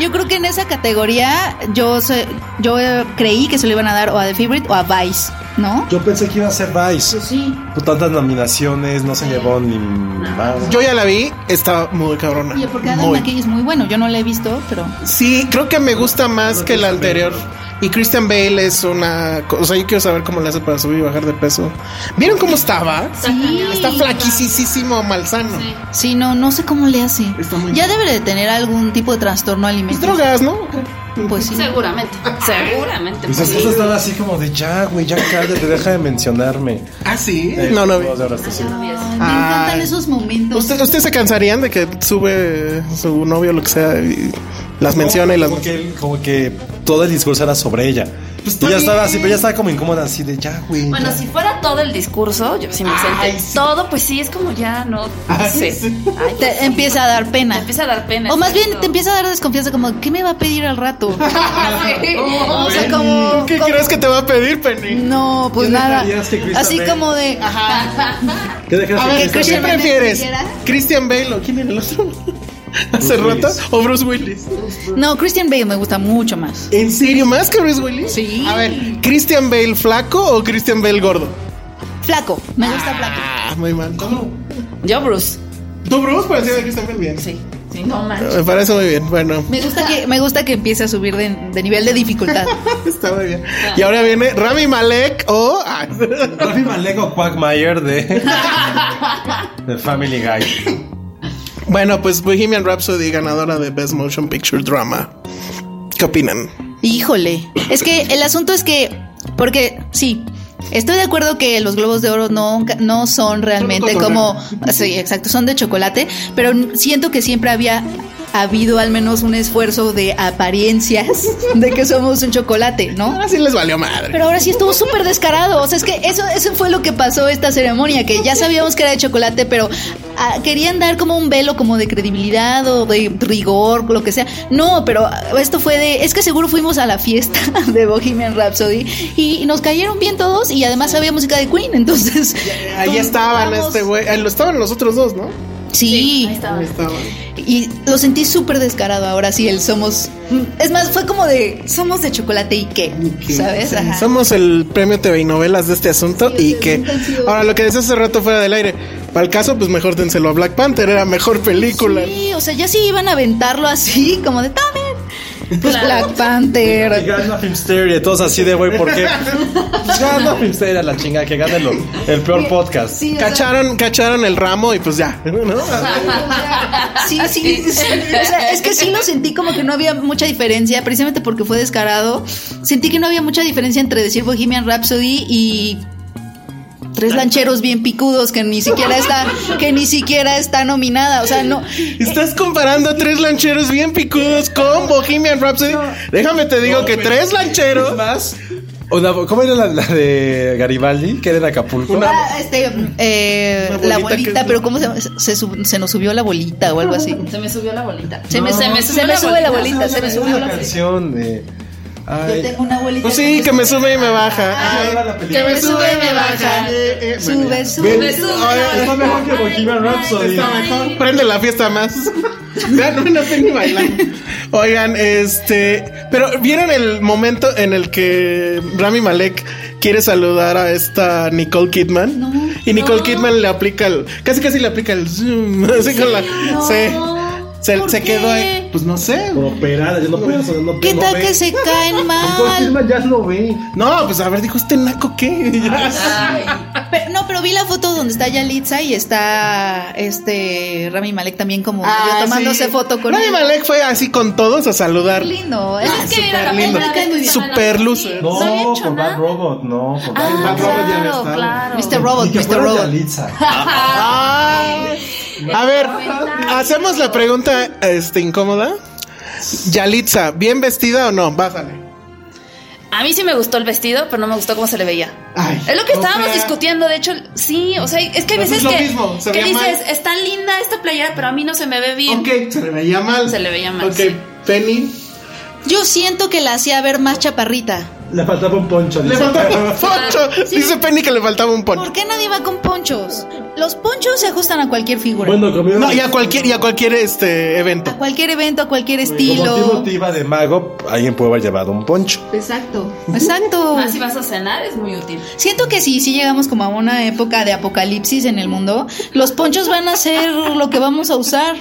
Speaker 5: Yo creo que en esa categoría yo se- yo eh, creí que se le iban a dar o a The Favorite o a Vice, ¿no?
Speaker 3: Yo pensé que iba a ser
Speaker 7: Pues
Speaker 3: Vice.
Speaker 5: sí.
Speaker 3: Por tantas nominaciones, no se llevó ni nada.
Speaker 4: Yo ya la vi, está muy cabrona.
Speaker 5: Oye, porque Adam
Speaker 4: Muy.
Speaker 5: McKay es muy bueno. Yo no la he visto, pero.
Speaker 4: Sí, creo que me gusta más que la anterior. Y Christian Bale es una... co- O sea, yo quiero saber cómo le hace para subir y bajar de peso. ¿Vieron cómo estaba?
Speaker 5: Sí.
Speaker 4: Está flaquisísimo, malsano.
Speaker 5: Sí, no, no sé cómo le hace.
Speaker 4: Está muy
Speaker 5: Ya debe de tener algún tipo de trastorno alimenticio.
Speaker 4: Drogas, ¿no?
Speaker 5: Pues sí.
Speaker 6: Seguramente, seguramente.
Speaker 3: Esas
Speaker 6: porque-
Speaker 3: cosas Pues, están así como de ya, güey, ya cállate, deja de mencionarme.
Speaker 4: Ah, sí.
Speaker 3: Eh,
Speaker 4: No, no.
Speaker 3: todos ahora está así.
Speaker 5: Me encantan esos momentos.
Speaker 4: ¿Usted- ¿Ustedes se cansarían de que sube su novio lo que sea y las menciona y las...
Speaker 3: como que, como que todo el discurso era sobre ella.
Speaker 4: Pues
Speaker 3: y
Speaker 4: está
Speaker 3: ya estaba
Speaker 4: bien.
Speaker 3: así, pero ya estaba como incómoda así de ya, güey.
Speaker 6: Bueno,
Speaker 3: ya".
Speaker 6: si fuera todo el discurso, yo sí me senté. Todo, pues sí, es como ya no, no
Speaker 4: Ah,
Speaker 6: sé. Ay,
Speaker 5: Te empieza a dar
Speaker 6: te
Speaker 5: pena.
Speaker 6: empieza a dar pena.
Speaker 5: O más bien
Speaker 6: exacto.
Speaker 5: te empieza a dar desconfianza, como, ¿qué me va a pedir al rato? o sea, como.
Speaker 4: ¿Qué
Speaker 5: como-
Speaker 4: crees que te va a pedir, Penny?
Speaker 5: No, pues
Speaker 3: ¿Qué
Speaker 5: nada.
Speaker 3: dejarías que Christian
Speaker 5: Así
Speaker 3: Bale-
Speaker 5: como de. Ajá.
Speaker 3: ¿Qué dejaste
Speaker 4: A
Speaker 3: que
Speaker 4: ver,
Speaker 3: esta-
Speaker 4: ¿qué
Speaker 5: Christian Bale
Speaker 4: prefieres?
Speaker 5: pudiera?
Speaker 4: ¿Christian Bale o quién era el otro? ¿Hace rato?
Speaker 3: Willis.
Speaker 4: ¿O Bruce Willis?
Speaker 5: No, Christian Bale me gusta mucho más.
Speaker 4: ¿En serio? ¿Más que Bruce Willis?
Speaker 5: Sí.
Speaker 4: A ver, ¿Christian Bale flaco o Christian Bale gordo?
Speaker 5: Flaco, me gusta flaco.
Speaker 4: Ah, muy mal. ¿Cómo?
Speaker 6: Yo, Bruce.
Speaker 4: ¿Tú, Bruce? Parecía de Christian Bale bien.
Speaker 6: Sí. no manches.
Speaker 4: Me parece muy bien, bueno.
Speaker 5: Me gusta que, me gusta que empiece a subir de, de nivel de dificultad.
Speaker 4: Está muy bien. Y ahora viene Rami Malek o... ah,
Speaker 3: Rami Malek o Quagmire de, de Family Guy.
Speaker 4: Bueno, pues Bohemian Rhapsody, ganadora de Best Motion Picture Drama. ¿Qué opinan?
Speaker 5: Híjole. Es que el asunto es que, porque sí, estoy de acuerdo que los globos de oro no, no son realmente
Speaker 4: Son
Speaker 5: como,
Speaker 4: cotorreo.
Speaker 5: sí, exacto, son de chocolate, pero siento que siempre había habido al menos un esfuerzo de apariencias de que somos un chocolate, ¿no?
Speaker 4: Ahora sí les valió madre.
Speaker 5: Pero ahora sí estuvo súper descarado. O sea, es que eso, eso fue lo que pasó esta ceremonia, que ya sabíamos que era de chocolate, pero ah, querían dar como un velo como de credibilidad o de rigor, lo que sea. No, pero ah, esto fue de, es que seguro fuimos a la fiesta de Bohemian Rhapsody y nos cayeron bien todos y además había música de Queen, entonces...
Speaker 4: Ahí estaban este güey. ahí lo estaban los otros dos, ¿no?
Speaker 5: Sí,
Speaker 4: Ahí estaban.
Speaker 5: y lo sentí súper descarado ahora sí, el somos... Es más, fue como de, somos de chocolate y qué, ¿sabes?
Speaker 4: Sí,
Speaker 5: Ajá.
Speaker 4: Somos el premio TV y novelas de este asunto
Speaker 5: Sí,
Speaker 4: y
Speaker 5: el
Speaker 4: que...
Speaker 5: asunto ha sido-
Speaker 4: Ahora, lo que decías hace rato fuera del aire. Para el caso, pues mejor dénselo a Black Panther, era mejor película.
Speaker 5: Sí, o sea, ya sí iban a aventarlo así, como de tomen. Pues Black Panther.
Speaker 3: Gana Filmsteria, todos así de güey, ¿por qué? Pues Gana Filmsteria, la chinga, que gane lo- el peor podcast.
Speaker 5: Sí, o sea,
Speaker 4: Cacharon, cacharon el ramo y pues ya, ¿no?
Speaker 5: sí, sí, sí, sí. O sea, es que sí lo sentí como que no había mucha diferencia, precisamente porque fue descarado. Sentí que no había mucha diferencia entre decir Bohemian Rhapsody y tres lancheros bien picudos que ni siquiera está, que ni siquiera está nominada. O sea, no.
Speaker 4: Estás comparando a tres lancheros bien picudos con Bohemian Rhapsody. Déjame te digo que tres lancheros más.
Speaker 3: Una- ¿Cómo era la, la de Garibaldi? Que era en Acapulco.
Speaker 5: Ah, este, eh,
Speaker 4: Una bolita
Speaker 5: la
Speaker 4: que-
Speaker 5: bolita, pero ¿cómo se, se, sub- se nos subió la bolita o algo así?
Speaker 6: Se me subió la bolita.
Speaker 5: Se me, se me, se me sube la bolita, se me
Speaker 3: Es
Speaker 5: subió
Speaker 3: una
Speaker 5: la bolita.
Speaker 3: canción de.
Speaker 5: Yo
Speaker 3: Ay,
Speaker 5: tengo una abuelita.
Speaker 4: Pues sí, que me sube y me baja.
Speaker 3: ¿cuál era la película?
Speaker 5: me sube y me baja. Sube, sube,
Speaker 4: Ven,
Speaker 5: sube.
Speaker 4: ay,
Speaker 3: Está mejor que Bohemian Rhapsody.
Speaker 4: Está mejor. Prende la fiesta más. Ya no, no sé ni bailar. Oigan, este. Pero vieron el momento en el que Rami Malek quiere saludar a esta Nicole Kidman. y Nicole Kidman le aplica el. Casi casi le aplica el zoom. Así con la. se- Se,
Speaker 5: ¿Por
Speaker 4: se quedó
Speaker 5: qué?
Speaker 4: ahí. Pues no sé.
Speaker 3: Como operada, yo no puedo eso, no
Speaker 5: ¿Qué
Speaker 3: no
Speaker 5: tal
Speaker 3: ve.
Speaker 5: que se caen mal?
Speaker 3: Confirma, ya lo ve.
Speaker 4: No, pues a ver, dijo este naco qué.
Speaker 5: Pero- no, pero vi la foto donde está Yalitza y está este Rami Malek también como medio tomándose foto con
Speaker 4: Ah, Rami
Speaker 5: él.
Speaker 4: Malek Ah, fue así con todos a saludar.
Speaker 5: Qué lindo. Él
Speaker 6: Es que era
Speaker 5: súper
Speaker 6: la
Speaker 5: lindo.
Speaker 6: primera vez que
Speaker 4: bien.
Speaker 6: estaban
Speaker 4: Super
Speaker 6: así.
Speaker 4: loser.
Speaker 3: No,
Speaker 6: había hecho
Speaker 3: con
Speaker 6: nada.
Speaker 3: Bad Robot, no. Con Bad
Speaker 6: Ah,
Speaker 3: Robot ya había
Speaker 6: claro,
Speaker 3: estado.
Speaker 6: claro.
Speaker 5: Mr. Robot,
Speaker 3: Y que
Speaker 5: Mr.
Speaker 3: fuera
Speaker 5: Robot.
Speaker 3: Yalitza.
Speaker 4: Ay, A ver, hacemos la pregunta este, incómoda. Yalitza, ¿bien vestida o no? Básale.
Speaker 6: A mí sí me gustó el vestido, pero no me gustó cómo se le veía.
Speaker 4: Ay,
Speaker 6: es lo que
Speaker 4: o
Speaker 6: estábamos
Speaker 4: sea-
Speaker 6: discutiendo, de hecho, sí, o sea, es que hay
Speaker 4: Pues
Speaker 6: veces
Speaker 4: es lo
Speaker 6: que,
Speaker 4: mismo, se
Speaker 6: que
Speaker 4: veía
Speaker 6: dices,
Speaker 4: mal.
Speaker 6: es tan linda esta playera, pero a mí no se me ve bien.
Speaker 4: Ok, se le veía mal.
Speaker 6: Se le veía mal,
Speaker 4: Ok,
Speaker 6: sí.
Speaker 4: Penny.
Speaker 5: Yo siento que la hacía ver más chaparrita.
Speaker 8: Le faltaba un poncho.
Speaker 4: Le
Speaker 8: dice.
Speaker 4: faltaba un poncho.
Speaker 5: Sí.
Speaker 4: Dice Penny que le faltaba un poncho.
Speaker 5: ¿Por qué nadie va con ponchos? Los ponchos se ajustan a cualquier figura.
Speaker 8: Bueno, comió.
Speaker 4: No, y a cualquier, y a cualquier este evento.
Speaker 5: a cualquier evento, a cualquier
Speaker 8: Como
Speaker 5: estilo.
Speaker 8: motiva de mago, alguien puede haber llevado un poncho.
Speaker 7: Exacto.
Speaker 5: Exacto.
Speaker 6: Más si vas a cenar es muy útil.
Speaker 5: Siento que sí, sí llegamos como a una época de apocalipsis en el mundo. Los ponchos van a ser lo que vamos a usar.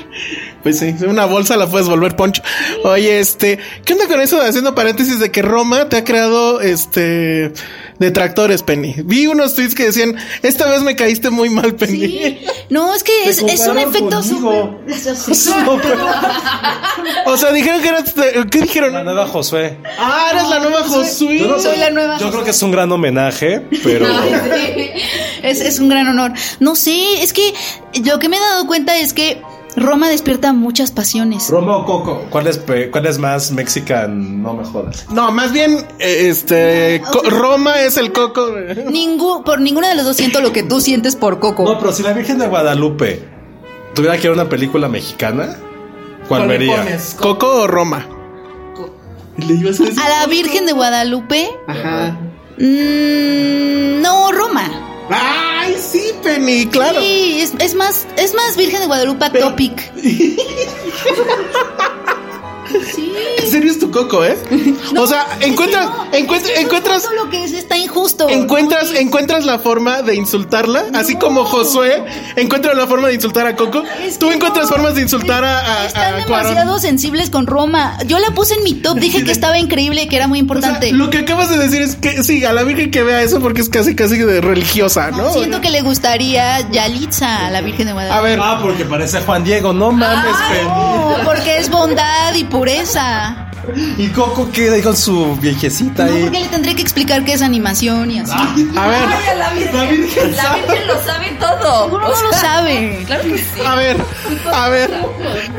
Speaker 4: Pues sí, una bolsa la puedes volver poncho. Oye, este, ¿qué onda con eso de haciendo paréntesis de que Roma te ha creado este detractores, Penny? Vi unos tweets que decían, esta vez me caíste muy mal, Penny.
Speaker 5: No, es que
Speaker 8: Me
Speaker 5: es, es un
Speaker 8: compararon
Speaker 5: efecto
Speaker 8: conmigo.
Speaker 5: súper. Eso sí.
Speaker 4: O sea, dijeron que eras, ¿qué
Speaker 3: La
Speaker 4: dijeron?
Speaker 3: nueva Josué.
Speaker 4: Ah, eres la nueva Josué.
Speaker 8: Yo no-
Speaker 5: Soy la nueva.
Speaker 3: Yo creo que es un gran homenaje, pero
Speaker 5: Es, es un gran honor. No sé, es que lo que me he dado cuenta es que Roma despierta muchas pasiones.
Speaker 8: Roma o Coco.
Speaker 3: ¿cuál es, pe- cuál es más mexican? No me jodas.
Speaker 4: No, más bien, eh, este, co- Roma es el coco.
Speaker 5: Ningú- por ninguna de las dos siento lo que tú sientes por Coco.
Speaker 3: No, pero si la Virgen de Guadalupe tuviera que ver una película mexicana, ¿cuál
Speaker 4: le
Speaker 3: vería?
Speaker 4: pones? ¿Coco o Roma? Le ibas a decir-
Speaker 5: A la Virgen de Guadalupe.
Speaker 4: Ajá.
Speaker 5: mm, no, Roma.
Speaker 4: Ay, sí, Penny, claro.
Speaker 5: Sí, es, es más, es más Virgen de Guadalupe
Speaker 4: Pero-
Speaker 5: topic.
Speaker 4: En serio es tu coco, ¿eh? o sea, encuentras, encuentras, encuentras,
Speaker 5: Todo lo que es está injusto.
Speaker 4: encuentras, encuentras la forma de insultarla, así como Josué encuentra la forma de insultar a Coco.
Speaker 5: Es que
Speaker 4: Tú encuentras
Speaker 5: no.
Speaker 4: formas de insultar a, a-
Speaker 5: Están
Speaker 4: a Cuarón.
Speaker 5: demasiado sensibles con Roma. Yo la puse en mi top, dije que estaba increíble, que era muy
Speaker 4: O sea,
Speaker 5: importante.
Speaker 4: lo que acabas de decir es que sí, a la Virgen que vea eso porque es casi casi de religiosa, ¿no?
Speaker 5: Siento que le gustaría Yalitza a la Virgen de Guadalupe.
Speaker 4: A ver,
Speaker 3: Ah, porque parece Juan Diego, no mames, Penny.
Speaker 5: No, porque es bondad y pureza.
Speaker 3: ¿Y Coco qué dijo su viejecita
Speaker 5: No,
Speaker 3: ahí?
Speaker 5: porque le tendré que explicar que es animación y así.
Speaker 4: a ver,
Speaker 6: la Virgen, la Virgen, lo sabe todo.
Speaker 5: Seguro no lo sabe.
Speaker 6: Claro que sí.
Speaker 4: a ver, a ver,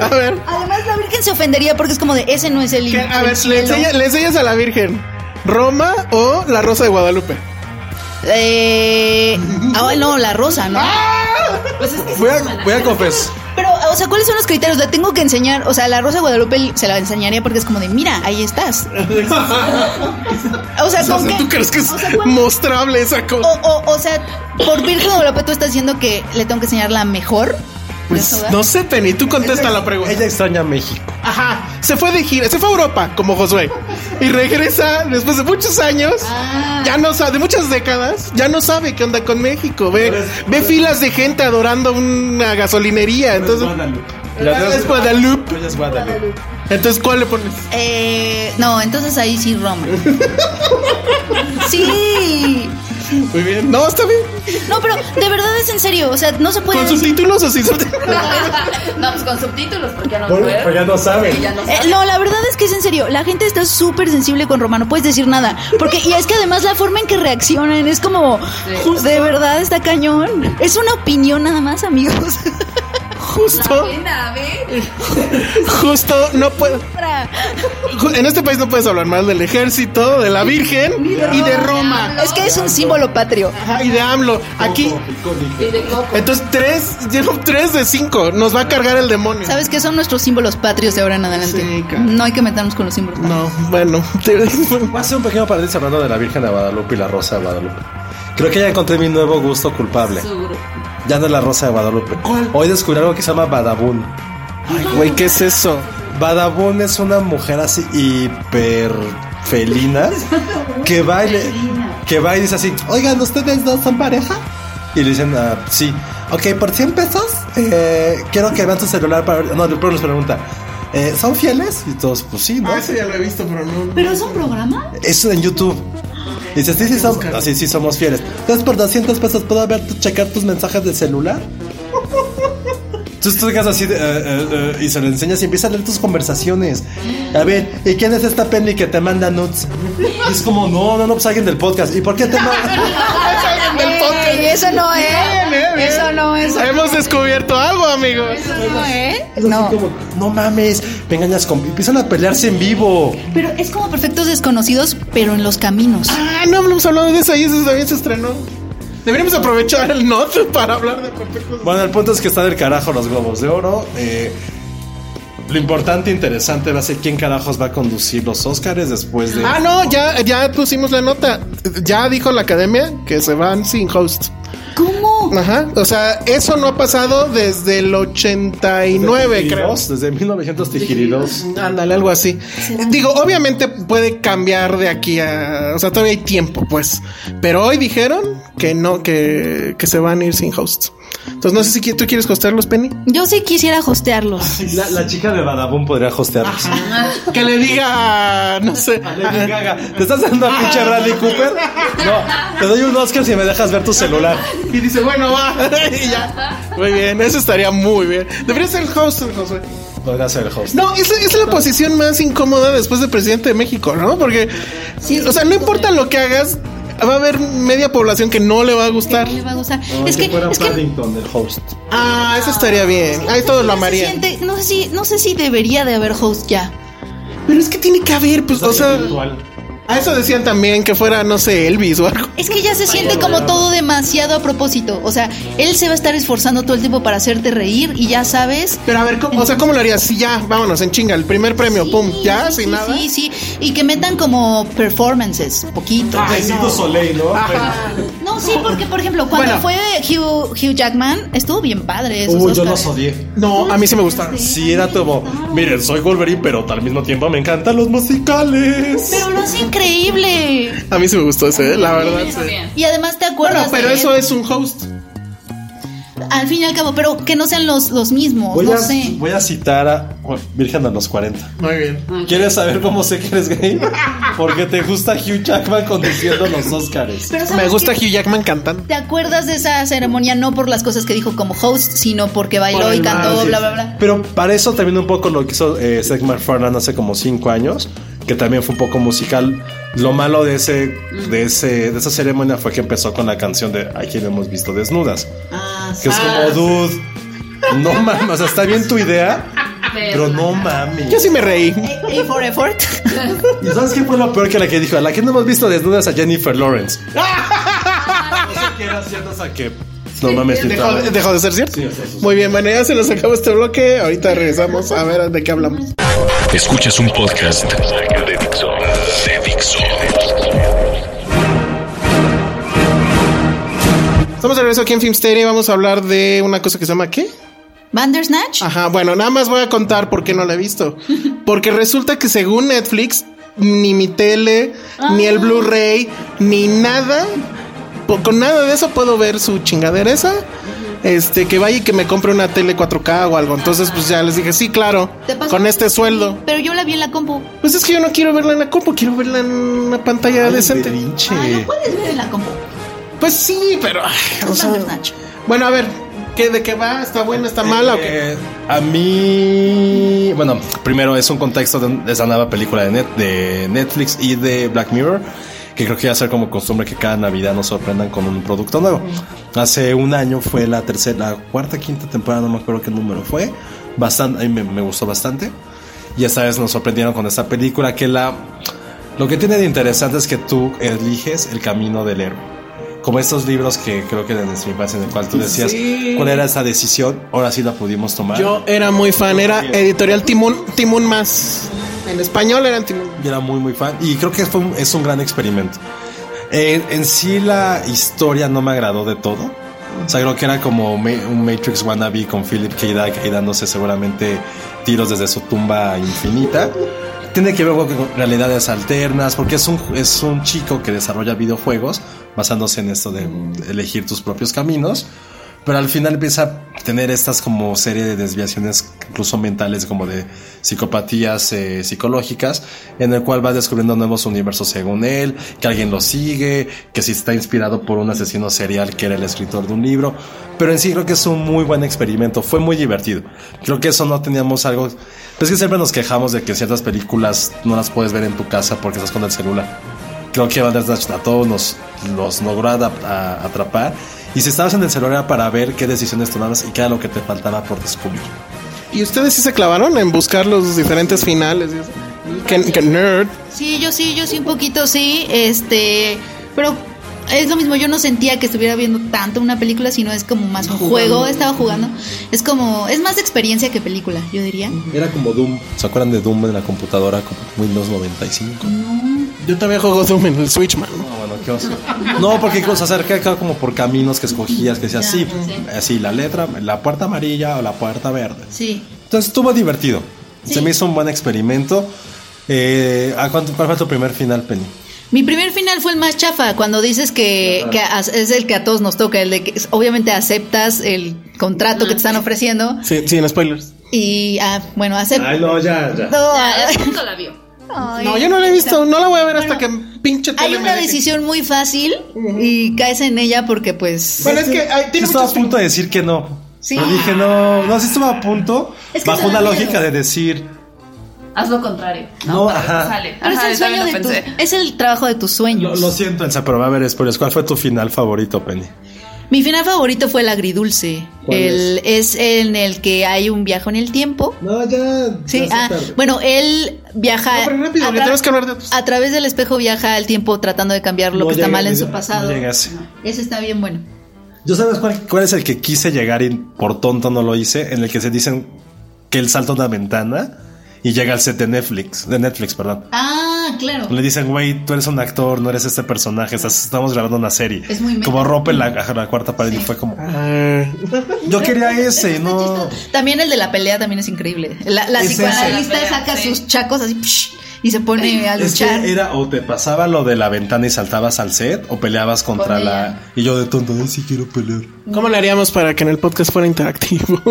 Speaker 4: a ver.
Speaker 5: Además, la Virgen se ofendería porque es como de ese no es el
Speaker 4: Que-
Speaker 5: límite.
Speaker 4: a ver, le enseña- le enseñas a la Virgen Roma o la Rosa de Guadalupe.
Speaker 5: Eh. Ah, no, la rosa, ¿no?
Speaker 4: Ah.
Speaker 6: Pues
Speaker 3: Voy a, voy a confes-
Speaker 5: Pero, o sea, ¿cuáles son los criterios? La tengo que enseñar. O sea, la Rosa de Guadalupe se la enseñaría porque es como de, mira, ahí estás. O sea,
Speaker 4: O
Speaker 5: ¿con
Speaker 4: sea,
Speaker 5: qué?
Speaker 4: ¿tú crees que es
Speaker 5: O sea, ¿cuál-
Speaker 4: mostrable esa
Speaker 5: O,
Speaker 4: cosa?
Speaker 5: o- o sea, por Virgen de Guadalupe tú estás diciendo que le tengo que enseñar la mejor.
Speaker 4: Pues no sé, Penny, tú contesta la pregunta.
Speaker 3: Ella extraña a México.
Speaker 4: Ajá, se fue de gira, se fue a Europa como Josué y regresa después de muchos años, ya no sabe, de muchas décadas, ya no sabe qué onda con México. Ve, ve filas de gente adorando una gasolinería, entonces.
Speaker 3: La
Speaker 4: Ah,
Speaker 3: de-
Speaker 4: Es Guadalupe.
Speaker 3: Ella es Guadalupe.
Speaker 4: Entonces, ¿cuál le pones?
Speaker 5: Eh, no, entonces ahí sí Roma. Sí.
Speaker 4: Muy bien. No, está bien.
Speaker 5: No, pero de verdad es en serio. O sea, no se puede
Speaker 4: Con
Speaker 5: decir.
Speaker 4: subtítulos o sin subtítulos.
Speaker 6: No, pues con subtítulos, porque ya no
Speaker 8: Bueno,
Speaker 6: puedo.
Speaker 8: pero ya no saben.
Speaker 6: Y ya no
Speaker 5: Eh,
Speaker 6: sabe.
Speaker 5: no, la verdad es que es en serio. La gente está súper sensible con Roma, no puedes decir nada. Porque, y es que además la forma en que reaccionan es como, "Ju- de verdad está cañón. Es una opinión nada más, amigos.
Speaker 4: Justo,
Speaker 6: Pena, ve.
Speaker 4: justo, no puedo. Ju- En este país no puedes hablar mal del ejército, de la Virgen y de Roma.
Speaker 5: es que es un símbolo patrio.
Speaker 4: Ajá, y de AMLO. Aquí. Entonces, tres, llevo tres de cinco. Nos va a cargar el demonio.
Speaker 5: ¿Sabes qué son nuestros símbolos patrios de ahora en adelante?
Speaker 4: Sí, claro.
Speaker 5: no hay que meternos con los símbolos patrios.
Speaker 4: No, bueno. te-
Speaker 3: Voy a hacer un pequeño paréntesis hablando de la Virgen de Guadalupe y la Rosa de Guadalupe. Creo que ya encontré mi nuevo gusto culpable. Ya no es la Rosa de Guadalupe. Hoy descubrí algo que se llama Badabun.
Speaker 4: Güey, ¿qué es eso?
Speaker 3: Badabun es una mujer así hiper felina que va y, le- que va y dice así, oigan, ¿ustedes dos son pareja? Y le dicen, "Ah, sí, ok, por 100 pesos, eh, quiero que vean su celular para... ver-". No, pero les pregunta, "Eh, ¿son fieles? Y todos, pues sí,
Speaker 8: Ah,
Speaker 3: ¿no?
Speaker 4: eso ya lo he visto, pero no.
Speaker 7: ¿Pero es un programa?
Speaker 3: Eso en YouTube. Y Dices, sí, sí, somos, no, sí, sí somos fieles. Entonces, por 200 pesos, ¿puedo ver, tu- checar tus mensajes de celular? Entonces tú digas así de, eh, eh, eh, y se lo enseñas y empiezas a leer tus conversaciones. A ver, ¿y quién es esta Penny que te manda nudes? Y es como, no, no, no, pues alguien del podcast. ¿Y por qué te manda?
Speaker 4: Es alguien del podcast.
Speaker 5: Oye, Eh, eso no, ¿eh? Eso no, eso no.
Speaker 4: Hemos descubierto algo, amigos.
Speaker 5: No, ¿eh?
Speaker 8: Es así como, no mames, me engañas con. Empiezan a pelearse en vivo.
Speaker 5: Pero es como perfectos desconocidos, pero en los caminos.
Speaker 4: Ah, no hablamos hablado de eso ahí, eso también se estrenó. Deberíamos aprovechar el not para hablar de perfectos.
Speaker 3: Bueno, el punto es que está del carajo los globos de oro. eh, lo importante e interesante va a ser quién carajos va a conducir los Óscares después de.
Speaker 4: Ah, no, ya, ya pusimos la nota. Ya dijo la academia que se van sin host.
Speaker 5: ¿Cómo?
Speaker 4: Ajá. O sea, eso no ha pasado desde el 89, creo.
Speaker 3: Tijiridos, Desde 1932.
Speaker 4: Ándale, algo así. Digo, obviamente puede cambiar de aquí a. O sea, todavía hay tiempo, pues. Pero hoy dijeron que no, que, que se van a ir sin host. Entonces, no sé si qui- tú quieres costearlos, Penny.
Speaker 5: Yo sí quisiera hostearlos.
Speaker 3: La, la chica de Badabun podría hostearlos.
Speaker 4: Que le diga, no sé.
Speaker 3: Lady Gaga, ¿te estás dando a pinche Bradley Cooper? No, te doy un Oscar si me dejas ver tu celular.
Speaker 4: Y dice, bueno, va. y ya. Muy bien, eso estaría muy bien. Debería ser el host, José.
Speaker 3: Podría ser el host.
Speaker 4: No, esa es la posición más incómoda después de presidente de México, ¿no? Porque, o sea, no importa lo que hagas, va a haber media población que no le va a gustar.
Speaker 5: Le va a gustar.
Speaker 3: No,
Speaker 5: es
Speaker 3: que
Speaker 5: que,
Speaker 3: fuera
Speaker 5: es que
Speaker 3: Paddington el host.
Speaker 4: Ah, eso estaría bien. Ahí todo lo
Speaker 5: no, se
Speaker 4: amarían.
Speaker 5: siente- no sé si, no sé si debería de haber host ya.
Speaker 4: Pero es que tiene que haber, pues, o sea,
Speaker 3: Igual.
Speaker 4: a eso decían también que fuera, no sé, Elvis o algo.
Speaker 5: Es que ya se siente como todo demasiado a propósito. O sea, él se va a estar esforzando todo el tiempo para hacerte reír y ya sabes.
Speaker 4: Pero a ver, ¿cómo- o sea, ¿cómo lo harías? Sí, ya, vámonos, en chinga, el primer premio, pum, ya,
Speaker 5: sí,
Speaker 4: sin
Speaker 5: sí,
Speaker 4: nada.
Speaker 5: Sí, sí. Y que metan como performances, poquito. pues.
Speaker 3: Tecito Soleil, ¿no?
Speaker 5: No, sí, porque por ejemplo, cuando
Speaker 4: Bueno.
Speaker 5: fue Hugh, Hugh Jackman, estuvo bien padre. Esos
Speaker 3: Uy, yo
Speaker 5: Óscares.
Speaker 3: los odié.
Speaker 4: No, a mí sí me gustaron.
Speaker 3: Sí, era como, miren, soy Wolverine, pero al mismo tiempo me encantan los musicales.
Speaker 5: Pero lo hace increíble.
Speaker 4: A mí sí me gustó ese, eh, la verdad. sí.
Speaker 5: Y además te acuerdas.
Speaker 4: Bueno, pero
Speaker 5: de
Speaker 4: eso
Speaker 5: él?
Speaker 4: es un host.
Speaker 5: Al fin y al cabo, pero que no sean los, los mismos.
Speaker 3: Voy
Speaker 5: no
Speaker 3: a,
Speaker 5: sé.
Speaker 4: pues,
Speaker 3: voy a citar a bueno, Virgen de los 40.
Speaker 4: Muy bien.
Speaker 5: Ah.
Speaker 3: ¿Quieres saber cómo sé que eres gay? Porque te gusta Hugh Jackman conduciendo los Oscars.
Speaker 5: Pero ¿sabes
Speaker 4: Me gusta
Speaker 5: qué?
Speaker 4: Hugh Jackman cantando.
Speaker 5: ¿Te acuerdas de esa ceremonia? No por las cosas que dijo como host, sino porque bailó
Speaker 4: Por
Speaker 5: y
Speaker 4: el
Speaker 5: cantó,
Speaker 4: vals,
Speaker 5: bla, bla, bla.
Speaker 3: Pero para eso también un poco lo que hizo eh, Seth MacFarlane hace como cinco años, que también fue un poco musical. Lo malo de ese, de ese, de esa ceremonia fue que empezó con la canción de Aquí lo hemos visto desnudas. que es como dude. No mames, o sea, está bien tu idea, pero no mames.
Speaker 4: Yo sí me reí.
Speaker 5: A, A for effort.
Speaker 3: ¿Y sabes qué fue lo peor que la que dijo? La que no hemos visto desnudas a Jennifer Lawrence. no sé qué era cierto hasta que. No mames, ni
Speaker 4: Dejó,
Speaker 3: tal.
Speaker 4: dejó de ser cierto.
Speaker 3: Sí, o sea, eso
Speaker 4: Muy bien, bueno, ya se nos acabó este bloque. Ahorita regresamos a ver de qué hablamos.
Speaker 1: Escuchas un podcast de Dixo. De Dixo.
Speaker 4: Estamos de regreso aquí en Filmsteria y vamos a hablar de una cosa que se llama ¿qué?
Speaker 5: Bandersnatch.
Speaker 4: Ajá, bueno, nada más voy a contar por qué no la he visto. Porque resulta que según Netflix, ni mi tele, ni
Speaker 5: Ah.
Speaker 4: el Blu-ray, ni nada, po- con nada de eso puedo ver su chingadera esa. Este, que vaya y que me compre una tele 4K o algo. Entonces, pues ya les dije, sí, claro,
Speaker 5: ¿Te pasó?
Speaker 4: con este sueldo.
Speaker 5: Pero yo la vi en la compu.
Speaker 4: Pues es que yo no quiero verla en la compu, quiero verla en una pantalla decente.
Speaker 3: Berrinche.
Speaker 5: Ah, no puedes ver en la compu.
Speaker 4: Pues sí, pero. ay, o sea,
Speaker 5: Bandersnatch.
Speaker 4: bueno, a ver, ¿qué, ¿de qué va? ¿Está buena? ¿Está mala? o qué?
Speaker 3: Eh, a mí. Bueno, primero es un contexto de, de esa nueva película de, net, de Netflix y de Black Mirror. Que creo que ya va a ser como costumbre que cada Navidad nos sorprendan con un producto nuevo. Hace un año fue la tercera, la cuarta, quinta temporada, no me acuerdo qué número fue. Bastante, a mí me, me gustó bastante. Y esta vez nos sorprendieron con esta película que la. Lo que tiene de interesante es que tú eliges el camino del héroe. Como estos libros que creo que de nuestra infancia en el cual tú decías
Speaker 4: Sí.
Speaker 3: cuál era esa decisión, ahora sí la pudimos tomar.
Speaker 4: Yo era muy fan, era editorial Timón, Timón más. En español eran Timón.
Speaker 3: Yo era muy, muy fan y creo que fue un- es un gran experimento. En, en sí la historia no me agradó de todo. O sea, creo que era como ma- un Matrix wannabe con Philip K. Dick ahí dándose seguramente tiros desde su tumba infinita. Tiene que ver con realidades alternas, porque es un, es un chico que desarrolla videojuegos basándose en esto de elegir tus propios caminos. Pero al final empieza a tener estas como serie de desviaciones, incluso mentales, como de psicopatías eh, psicológicas, en el cual va descubriendo nuevos universos según él, que alguien lo sigue, que si está inspirado por un asesino serial que era el escritor de un libro. Pero en sí creo que es un muy buen experimento, fue muy divertido. Creo que eso no teníamos algo... Pues que siempre nos quejamos de que ciertas películas no las puedes ver en tu casa porque estás con el celular creo que Bandersnatch a todos nos, nos logró adap- a- atrapar y si estabas en el celular para ver qué decisiones tomabas y qué era lo que te faltaba por descubrir.
Speaker 4: ¿Y ustedes sí se clavaron en buscar los diferentes finales? y eso? Que, que nerd.
Speaker 5: Sí, yo sí, yo sí un poquito sí, este, pero es lo mismo, yo no sentía que estuviera viendo tanto una película, sino es como más un juego, estaba jugando. Es como, es más experiencia que película, yo diría.
Speaker 4: Mm.
Speaker 3: Era como Doom. ¿Se acuerdan de Doom en la computadora como Windows 95?
Speaker 4: Yo también juego Doom en el Switch, man.
Speaker 3: No, bueno, qué oso. No, porque se acerca claro, como por caminos que escogías, que decías, sí, así, la letra, la puerta amarilla o la puerta verde.
Speaker 5: Sí.
Speaker 3: Entonces estuvo divertido.
Speaker 5: Sí.
Speaker 3: Se me hizo un buen experimento. Eh, ¿a cuánto, ¿Cuál fue tu primer final, Penny?
Speaker 5: Mi primer final fue el más chafa, cuando dices que, que a- es el que a todos nos toca, el de que obviamente aceptas el contrato que te están ofreciendo
Speaker 4: Sí, sin spoilers.
Speaker 5: y, ah, bueno, aceptas.
Speaker 8: no, ya, ya.
Speaker 6: la vio.
Speaker 4: No, yo no la he visto, no la voy a ver hasta que pinche
Speaker 5: Hay
Speaker 4: tele me
Speaker 5: una
Speaker 4: deje.
Speaker 5: decisión muy fácil y caes en ella porque pues...
Speaker 4: Bueno, es que ay,
Speaker 3: Yo
Speaker 4: tiene
Speaker 3: estaba
Speaker 4: muchos
Speaker 3: a punto de decir que no.
Speaker 5: Sí.
Speaker 3: Pero dije, no, no, sí estuve a punto.
Speaker 5: Es que
Speaker 3: bajo
Speaker 5: te da
Speaker 3: una
Speaker 5: miedo.
Speaker 3: lógica de decir,
Speaker 6: Haz lo contrario.
Speaker 3: no,
Speaker 6: Para que
Speaker 3: ajá.
Speaker 6: Sale.
Speaker 5: Pero
Speaker 6: Ajá,
Speaker 5: es el
Speaker 6: yo también
Speaker 5: sueño de
Speaker 6: lo
Speaker 5: tu-
Speaker 6: pensé.
Speaker 5: es el trabajo de tus
Speaker 3: Lo,
Speaker 5: sueños.
Speaker 3: lo siento, Elsa, pero va a haber spoilers. ¿Cuál fue tu final favorito, Penny?
Speaker 5: Mi final favorito fue el agridulce.
Speaker 3: ¿Cuál
Speaker 5: El- es? en el que hay un viaje en el tiempo.
Speaker 3: No, ya.
Speaker 5: Sí, ah, bueno, él viaja.
Speaker 4: No, pero rápido,
Speaker 5: a,
Speaker 4: que
Speaker 5: tra-
Speaker 4: tenemos que hablar de otros.
Speaker 5: a través del espejo viaja al tiempo tratando de cambiar lo
Speaker 3: No
Speaker 5: que está
Speaker 3: llega-
Speaker 5: mal en
Speaker 3: no
Speaker 5: su
Speaker 3: llega-
Speaker 5: pasado.
Speaker 3: no llegas.
Speaker 5: Ese está bien bueno.
Speaker 3: ¿Yo sabes cuál, cuál es el que quise llegar y por tonto no lo hice? En el que se dicen que él salta una ventana y llega al set de Netflix. De Netflix, perdón.
Speaker 5: Ah, claro.
Speaker 3: Le dicen, güey, tú eres un actor, no eres este personaje, estás- estamos grabando una serie.
Speaker 5: Es muy meta.
Speaker 3: Como rompe la, la cuarta pared y fue como.
Speaker 4: Ah,
Speaker 3: Yo quería ese,
Speaker 5: Está
Speaker 3: no.
Speaker 5: chistoso. También el de la pelea también es increíble. La, la
Speaker 3: Es ese.
Speaker 5: psicoanalista
Speaker 6: La pelea,
Speaker 5: saca
Speaker 6: sí.
Speaker 5: sus chacos así psh, y se pone a
Speaker 3: Es que
Speaker 5: luchar.
Speaker 3: era o te pasaba lo de la ventana y saltabas al set o peleabas contra
Speaker 6: Con
Speaker 3: la.
Speaker 6: ella.
Speaker 3: Y yo de tonto, ay, sí quiero pelear.
Speaker 4: ¿Cómo le haríamos para que en el podcast fuera interactivo?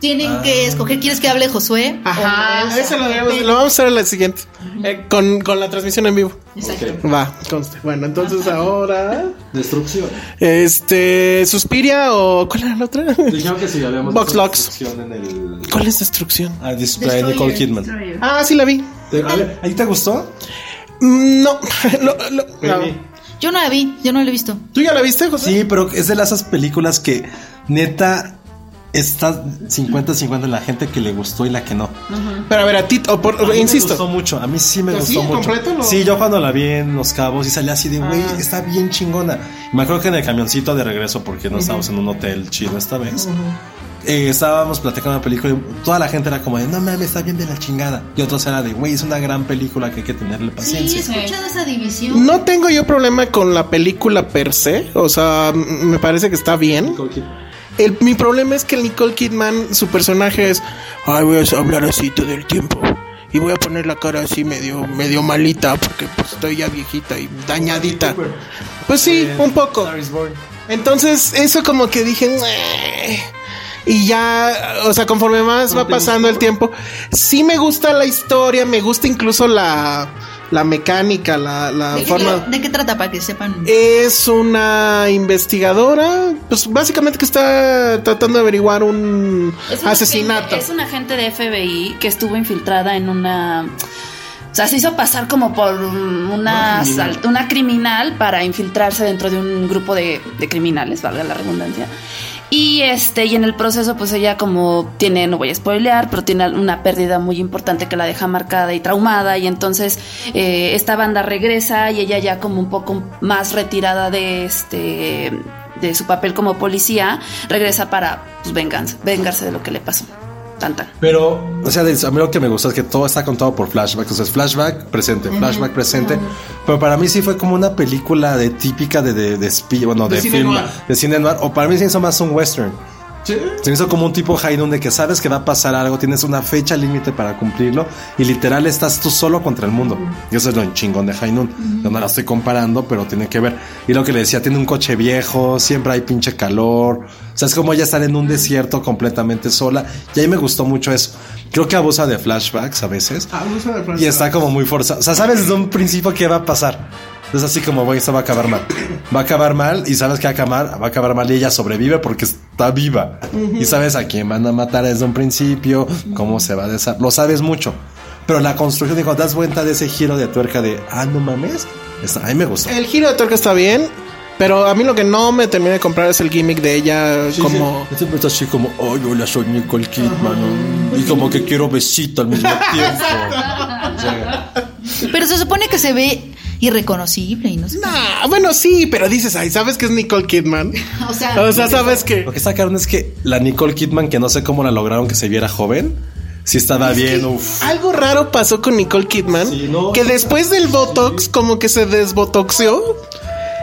Speaker 5: Tienen que
Speaker 3: Ah.
Speaker 5: escoger, ¿quieres que hable Josué? O Elsa?
Speaker 4: eso lo, debemos- lo vamos a hacer en la siguiente. Eh, con, con la transmisión en vivo. Va, conste. Bueno, entonces ahora.
Speaker 3: Destrucción.
Speaker 4: Este. Suspiria o. ¿Cuál era la otra?
Speaker 3: Dijeron que si habíamos.
Speaker 4: Vox
Speaker 3: hecho
Speaker 4: Lux.
Speaker 3: destrucción en el.
Speaker 4: ¿Cuál es destrucción?
Speaker 3: Ah, Display Nicole Kidman.
Speaker 4: Ah, sí la vi.
Speaker 3: Te- a ver, ¿Ahí te gustó?
Speaker 4: Mm, No, lo- lo- no.
Speaker 5: Yo no la vi, yo no la he visto.
Speaker 4: ¿Tú ya la viste, José?
Speaker 3: Sí, pero es de las esas películas que neta está 50-50 en la gente que le gustó y la que no.
Speaker 4: Pero a ver, a ti, o por-
Speaker 3: A mí Me gustó
Speaker 4: insisto.
Speaker 3: mucho, a mí sí me
Speaker 4: ¿Ah,
Speaker 3: gustó
Speaker 4: sí?
Speaker 3: mucho.
Speaker 4: ¿Completo lo- Ah.
Speaker 3: Sí, yo cuando la vi en Los Cabos y salí así de, güey, está bien chingona. Y me acuerdo que en el camioncito de regreso, porque no estábamos en un hotel chido esta vez, eh, estábamos platicando la película y toda la gente era como de, no mames, está bien de la chingada. Y otros era de, güey, es una gran película que hay que tenerle paciencia.
Speaker 7: he escuchado
Speaker 5: esa división.
Speaker 4: No tengo yo problema con la película per se. O sea, m- me parece que está bien. El- mi problema es que el Nicole Kidman, su personaje es, ay, voy a hablar así todo el tiempo. Y voy a poner la cara así medio, medio malita, porque pues estoy ya viejita y dañadita. Pues sí, un poco.
Speaker 3: Star is Born.
Speaker 4: Entonces, eso como que dije... "Mueh". Y ya, o sea, conforme más va pasando el tiempo, sí me gusta la historia, me gusta incluso la, la mecánica, la, la
Speaker 5: ¿De,
Speaker 4: forma...
Speaker 5: qué, de qué trata para que
Speaker 3: Eh,
Speaker 5: sepan?
Speaker 4: Es una investigadora, pues básicamente que está tratando de averiguar un
Speaker 6: Es un
Speaker 4: asesinato.
Speaker 6: agente- es un agente de FBI que estuvo infiltrada en una. O sea, se hizo pasar como por una, asalt- una criminal para infiltrarse dentro de un grupo de, de criminales, valga la redundancia. Y este, y en el proceso, pues ella como tiene, no voy a spoilear, pero tiene una pérdida muy importante que la deja marcada y traumada. Y entonces eh, esta banda regresa y ella ya como un poco más retirada de este de su papel como policía, regresa para pues, venganza, vengarse de lo que le pasó. Tanta.
Speaker 3: Pero, o sea, de- a mí lo que me gusta es que todo está contado por flashbacks. O sea, es flashback presente, flashback presente. Pero para mí sí fue como una película de típica de, de, de espía- bueno,
Speaker 4: De
Speaker 3: de,
Speaker 4: cine
Speaker 3: film,
Speaker 4: noir.
Speaker 3: de cine noir. O para mí se hizo más un western. Se hizo como un tipo high de que sabes que va a pasar algo, tienes una fecha límite para cumplirlo y literal estás tú solo contra el mundo. Y eso es lo chingón de high Yo no la estoy comparando, pero tiene que ver. Y lo que le decía, tiene un coche viejo, siempre hay pinche calor. O sea, es como ya estar en un desierto completamente sola. Y ahí me gustó mucho eso. Creo que abusa de flashbacks a veces. Y está como muy forzado. O sea, sabes desde un principio qué va a pasar. Es así como, güey, esto va a acabar mal. Va a acabar mal y sabes que va a acabar, va a acabar mal y ella sobrevive porque está viva. Y sabes a quién van a matar desde un principio, cómo se va a desarrollar. Lo sabes mucho. Pero la construcción, digo, das cuenta de ese giro de tuerca de, ah, no mames. Está- a mí me gustó.
Speaker 4: El giro de tuerca está bien. Pero a mí lo que no me terminé de comprar es el gimmick de ella como...
Speaker 3: Yo siempre está así como, ay, hola, soy Nicole Kidman. Y como que quiero besito al mismo tiempo.
Speaker 5: Pero se supone que se ve irreconocible y no sé.
Speaker 4: Ah, bueno, sí, pero dices, ay, ¿sabes que es Nicole Kidman?
Speaker 5: O sea,
Speaker 4: o sea ¿sabes que
Speaker 3: Lo que está cabrón es que la Nicole Kidman, que no sé cómo la lograron que se viera joven, sí estaba bien, uf.
Speaker 4: Algo raro pasó con Nicole Kidman, que después del Botox como que se desbotoxió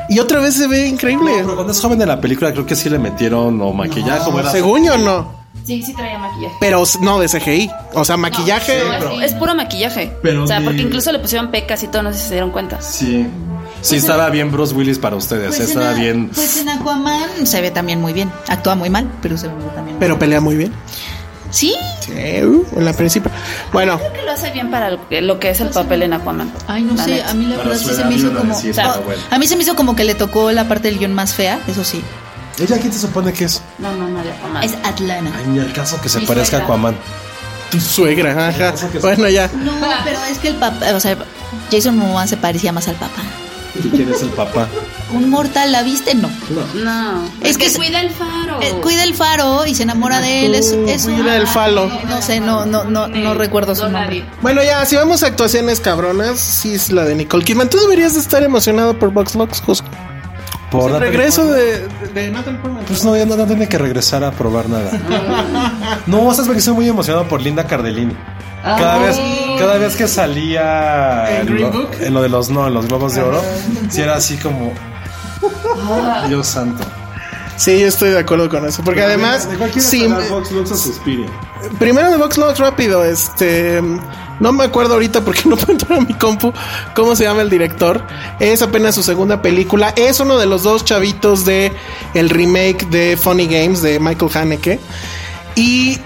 Speaker 4: y otra vez se ve increíble.
Speaker 3: Pero cuando es joven en la película, creo que sí le metieron o maquillaje o era-
Speaker 4: Según yo no,
Speaker 6: Sí, sí traía maquillaje.
Speaker 4: pero s- no de CGI, o sea, maquillaje.
Speaker 6: No, es- es puro maquillaje.
Speaker 3: Pero
Speaker 6: o sea,
Speaker 3: ni-
Speaker 6: porque incluso le pusieron pecas y todo, no sé si se dieron cuenta.
Speaker 3: Sí. Sí, estaba bien Bruce Willis para ustedes. eh,
Speaker 5: Pues en
Speaker 3: estaba
Speaker 5: a-
Speaker 3: bien.
Speaker 5: Pues en Aquaman se ve también muy bien. Actúa muy mal, pero se ve también.
Speaker 4: Pero pelea muy bien.
Speaker 5: Sí.
Speaker 4: Sí, uh, en la principal. Bueno,
Speaker 6: Creo que lo hace bien para lo que- lo que es el papel en Aquaman.
Speaker 5: Ay, no
Speaker 6: La
Speaker 5: sé,
Speaker 6: neta.
Speaker 5: a mí la
Speaker 3: Para
Speaker 5: verdad
Speaker 3: su
Speaker 5: sí se
Speaker 3: edad,
Speaker 5: me
Speaker 3: yo
Speaker 5: hizo
Speaker 3: no
Speaker 5: como.
Speaker 3: decía,
Speaker 5: o sea,
Speaker 3: pero bueno.
Speaker 5: A mí se me hizo como que le tocó la parte del guión más fea, eso sí.
Speaker 3: ¿Ella quién se supone que es?
Speaker 6: No, no, no, de Aquaman.
Speaker 5: Es Atlana.
Speaker 3: Ay, ni al caso que se
Speaker 6: Mi
Speaker 3: parezca a
Speaker 6: suegra.
Speaker 3: Aquaman.
Speaker 4: tu suegra, ajá. Bueno, ya.
Speaker 5: No, pero es que el papá, o sea, Jason Momoa se parecía más al papá.
Speaker 3: ¿Y quién es el papá?
Speaker 5: Un mortal, ¿la viste? No.
Speaker 6: No.
Speaker 5: Es
Speaker 6: Es
Speaker 5: que
Speaker 6: que
Speaker 5: es-
Speaker 6: cuida el faro.
Speaker 5: Eh, cuida el faro y se enamora de él. Es, es un-
Speaker 4: Cuida el falo.
Speaker 5: No sé, no, no, no, no recuerdo su
Speaker 6: No,
Speaker 5: nombre.
Speaker 6: nadie.
Speaker 4: Bueno, ya, si vamos a actuaciones cabronas, sí es la de Nicole Kidman. Tú deberías de estar emocionado por Vox Vox, justo.
Speaker 3: Por
Speaker 4: Pues El
Speaker 3: la
Speaker 4: regreso de, de Natalie Portman.
Speaker 3: Pues no, ya no, no tiene que regresar a probar nada. No, sabes que estoy muy emocionado por Linda Cardellini. Cada vez, cada vez que salía
Speaker 4: ¿En
Speaker 3: en lo,
Speaker 4: Green Book?
Speaker 3: en lo de los no, en los globos de oro, si era así como Dios santo.
Speaker 4: Sí, yo estoy de acuerdo con eso. Porque además, sí, primero de Vox Lux rápido, este no me acuerdo ahorita porque no puedo entrar a mi compu cómo se llama el director. Es apenas su segunda película. Es uno de los dos chavitos de el remake de Funny Games de Michael Haneke. Y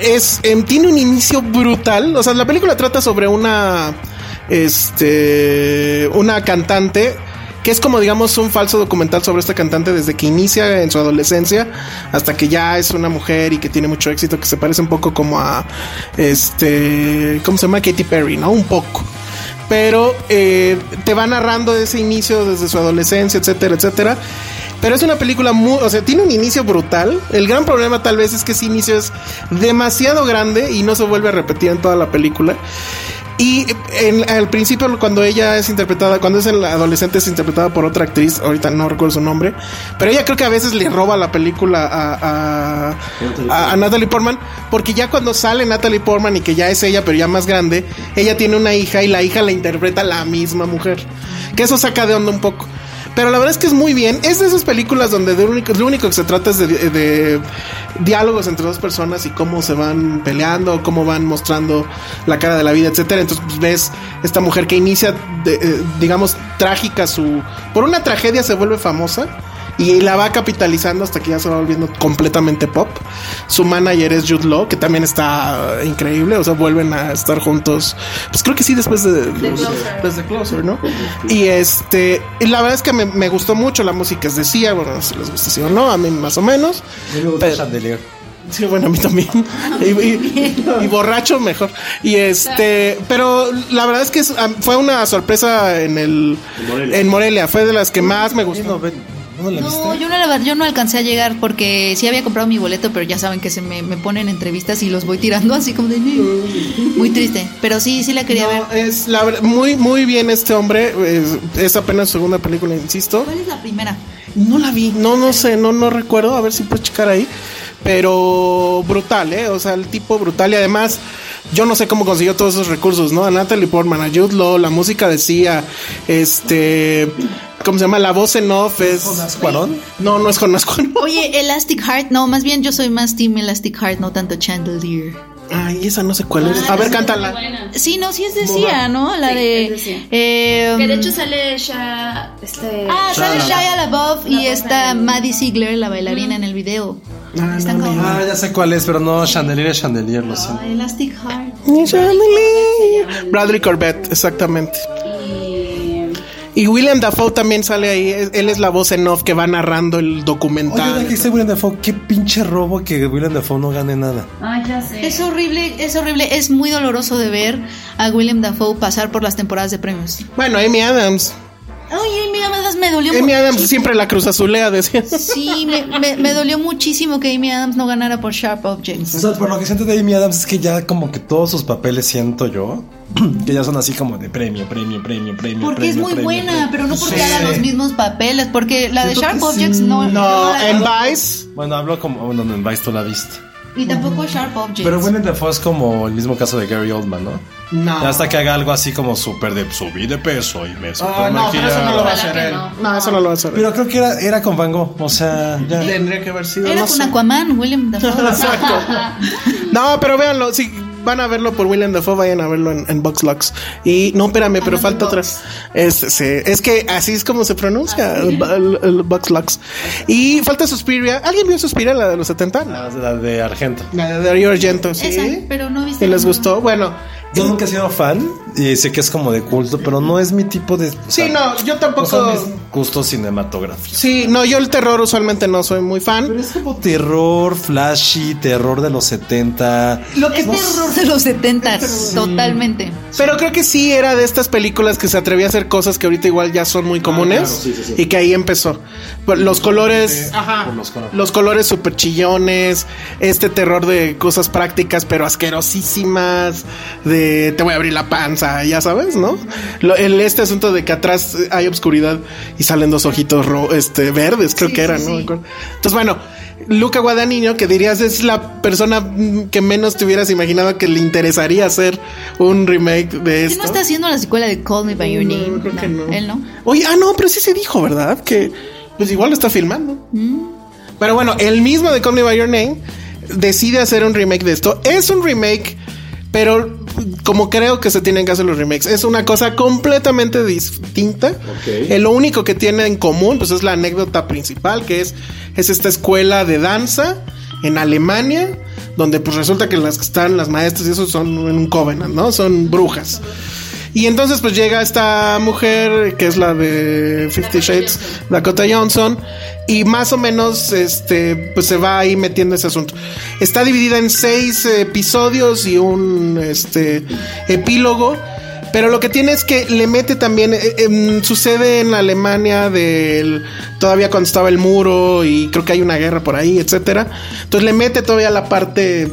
Speaker 4: es, em, tiene un inicio brutal. O sea, la película trata sobre una. Este. Una cantante. Que es como, digamos, un falso documental sobre esta cantante desde que inicia en su adolescencia hasta que ya es una mujer y que tiene mucho éxito, que se parece un poco como a. Este. ¿Cómo se llama? Katy Perry, ¿no? Un poco pero eh, te va narrando ese inicio desde su adolescencia, etcétera, etcétera. Pero es una película muy, o sea, tiene un inicio brutal. El gran problema tal vez es que ese inicio es demasiado grande y no se vuelve a repetir en toda la película. Y en- al principio, cuando ella es interpretada, cuando es el adolescente, es interpretada por otra actriz, ahorita no recuerdo su nombre, pero ella creo que a veces le roba la película a, a- a- a Natalie Portman, porque ya cuando sale Natalie Portman y que ya es ella, pero ya más grande, ella tiene una hija y la hija la interpreta la misma mujer, que eso saca de onda un poco. Pero la verdad es que es muy bien. Es de esas películas donde de único- lo único que se trata es de, de diálogos entre dos personas y cómo se van peleando, cómo van mostrando la cara de la vida, etcétera. Entonces pues, ves esta mujer que inicia, de- eh, digamos, trágica su. Por una tragedia se vuelve famosa y la va capitalizando hasta que ya se va volviendo completamente pop. Su manager es Jude Law, que también está eh, increíble. O sea, vuelven a estar juntos. Pues creo que sí, después de. los- desde Closer, ¿no? Y este. y la verdad es que me, me gustó mucho la música. Es decía, bueno, no sé si les gusta sí o no, a mí más o menos.
Speaker 3: Chandelier.
Speaker 4: Sí, bueno, a mí también. Y, y- y borracho mejor. Y este, pero la verdad es que es- am- fue una sorpresa en el en Morelia, fue de las que más me gustó.
Speaker 3: ¿No la
Speaker 5: No,
Speaker 3: viste?
Speaker 5: yo no, la verdad, yo no alcancé a llegar porque sí había comprado mi boleto, pero ya saben que se me, me ponen entrevistas y los voy tirando así como de... Muy triste, pero sí, sí la quería ver.
Speaker 4: No, es la verdad, muy muy bien este hombre, es, es apenas su segunda película, insisto.
Speaker 5: ¿Cuál es la primera?
Speaker 4: No la vi, no no sé, no no recuerdo, a ver si puedo checar ahí. Pero brutal, eh, o sea, el tipo brutal y además yo no sé cómo consiguió todos esos recursos, ¿no? A Natalie Portman, a Jude Law, la música decía este ¿cómo se llama? La voz en off es
Speaker 3: ¿Cuarón?
Speaker 4: No, no es Jonas Cuarón.
Speaker 5: Oye, Elastic Heart, no, más bien yo soy más Team Elastic Heart, no tanto Chandelier.
Speaker 4: Ay, esa no sé cuál
Speaker 6: Ah,
Speaker 4: es. A ver, cántala.
Speaker 5: Sí, no, sí es de Sia, ¿no? La
Speaker 6: Sí, es
Speaker 5: de...
Speaker 6: de Sia.
Speaker 5: eh,
Speaker 6: Que de hecho sale ya. Este.
Speaker 5: Ah, sale Shia LaBeouf y está Maddie Ziegler, la bailarina en el video. Están como...
Speaker 3: Ah, ya sé cuál es, pero no, Chandelier es Chandelier, lo siento.
Speaker 5: Ah, Elastic Heart.
Speaker 4: Bradley Corbett, exactamente.
Speaker 6: y-
Speaker 4: Y William Dafoe también sale ahí, es- él es la voz en off que va narrando el
Speaker 3: Oye,
Speaker 4: documental.
Speaker 3: ahora que dice William Dafoe, qué pinche robo que William Dafoe no gane nada.
Speaker 6: Ay, ya sé.
Speaker 5: Es horrible, es horrible, es muy doloroso de ver a William Dafoe pasar por las temporadas de premios.
Speaker 4: Bueno, Amy Adams.
Speaker 5: Oye, mira, me veras me dolió
Speaker 4: Amy
Speaker 5: mucho.
Speaker 4: Adams siempre la cruz azulea, decías.
Speaker 5: Sí, me, me- me dolió muchísimo que Amy Adams no ganara por Sharp Objects.
Speaker 3: O sea, por lo que siento de Amy Adams es que ya como que todos sus papeles siento yo, que ya son así como de premio, premio, premio, premio.
Speaker 5: Porque es
Speaker 3: premio,
Speaker 5: muy
Speaker 3: premio,
Speaker 5: buena,
Speaker 3: premio.
Speaker 5: pero no porque
Speaker 3: Sí.
Speaker 5: haga los mismos papeles, porque la de
Speaker 3: Siento
Speaker 5: Sharp
Speaker 3: que sí.
Speaker 5: Objects no... la-
Speaker 4: Vice.
Speaker 3: Bueno, hablo como. Bueno, no, en Vice tú la viste.
Speaker 5: Y tampoco Sharp Objects.
Speaker 3: Pero Willem Dafoe es como el mismo caso de Gary Oldman, ¿no?
Speaker 4: No.
Speaker 3: Hasta que haga algo así como súper de subí de peso y me
Speaker 4: Ah, no, pero eso no lo va a hacer él. No, eso no lo va a hacer él.
Speaker 3: Pero creo que era, era con Van Gogh, o sea, ya.
Speaker 4: Tendría que haber sido.
Speaker 5: Era
Speaker 4: No,
Speaker 5: con
Speaker 4: sé.
Speaker 5: Aquaman, William Dafoe.
Speaker 4: No, pero véanlo. Si van a verlo por William Dafoe, vayan a verlo en, en Box Lux. Y no, espérame,
Speaker 5: Ah,
Speaker 4: pero falta otra. Es, sí, es que así es como se
Speaker 5: Ah,
Speaker 4: pronuncia el, el- el Box Lux. Y falta Suspiria. ¿Alguien vio Suspiria, la de los 70?
Speaker 3: La, la de Argento.
Speaker 4: La de Dario Argento, sí.
Speaker 5: Esa, pero no viste.
Speaker 4: ¿Y les gustó? Bueno.
Speaker 3: Yo nunca he sido fan y sé que es como de culto, pero no es mi tipo de. o
Speaker 4: Sí,
Speaker 3: sea,
Speaker 4: no, yo
Speaker 3: no
Speaker 4: tampoco.
Speaker 3: son mis gustos cinematográficos.
Speaker 4: Sí, no, yo el terror usualmente no soy muy fan.
Speaker 3: Es como terror, flashy, terror de los 70.
Speaker 5: Lo que es terror de los 70 totalmente.
Speaker 4: Pero creo que sí era de estas películas que se atrevía a hacer cosas que ahorita igual ya son muy comunes y que ahí empezó. Por Los colores, ajá,
Speaker 3: los colores.
Speaker 4: los colores super chillones, este terror de cosas prácticas pero asquerosísimas, de te voy a abrir la panza, ya sabes, ¿no? Lo- el, este asunto de que atrás eh, hay obscuridad y salen dos ojitos ro- este, verdes, creo
Speaker 5: Sí,
Speaker 4: que era,
Speaker 5: sí,
Speaker 4: ¿no?
Speaker 5: sí.
Speaker 4: Entonces, bueno, Luca Guadagnino, que dirías es la persona mm, que menos te hubieras imaginado que le interesaría hacer un remake de
Speaker 5: ¿Quién
Speaker 4: esto.
Speaker 5: no está haciendo la secuela de Call Me By Your Name?
Speaker 4: creo que Mm, no.
Speaker 5: Él no.
Speaker 4: Oye, ah, no, pero sí se dijo, ¿verdad? Que pues igual lo está filmando.
Speaker 5: Mm.
Speaker 4: Pero bueno, el mismo de Call Me By Your Name decide hacer un remake de esto. Es un remake, pero como creo que se tienen que hacer los remakes, es una cosa completamente distinta. Eh, lo único que tiene en común, pues es la anécdota principal, que es, es esta escuela de danza en Alemania, donde pues resulta que las que están, las maestras y eso son un covenant, ¿no? Son brujas. Y entonces pues llega esta mujer que es la de Fifty Shades, Dakota Johnson, y más o menos este pues se va ahí metiendo ese asunto. Está dividida en seis episodios y un este epílogo. Pero lo que tiene es que le mete también, eh, em, sucede en Alemania del, todavía cuando estaba el muro y creo que hay una guerra por ahí, etcétera. Entonces le mete todavía la parte eh,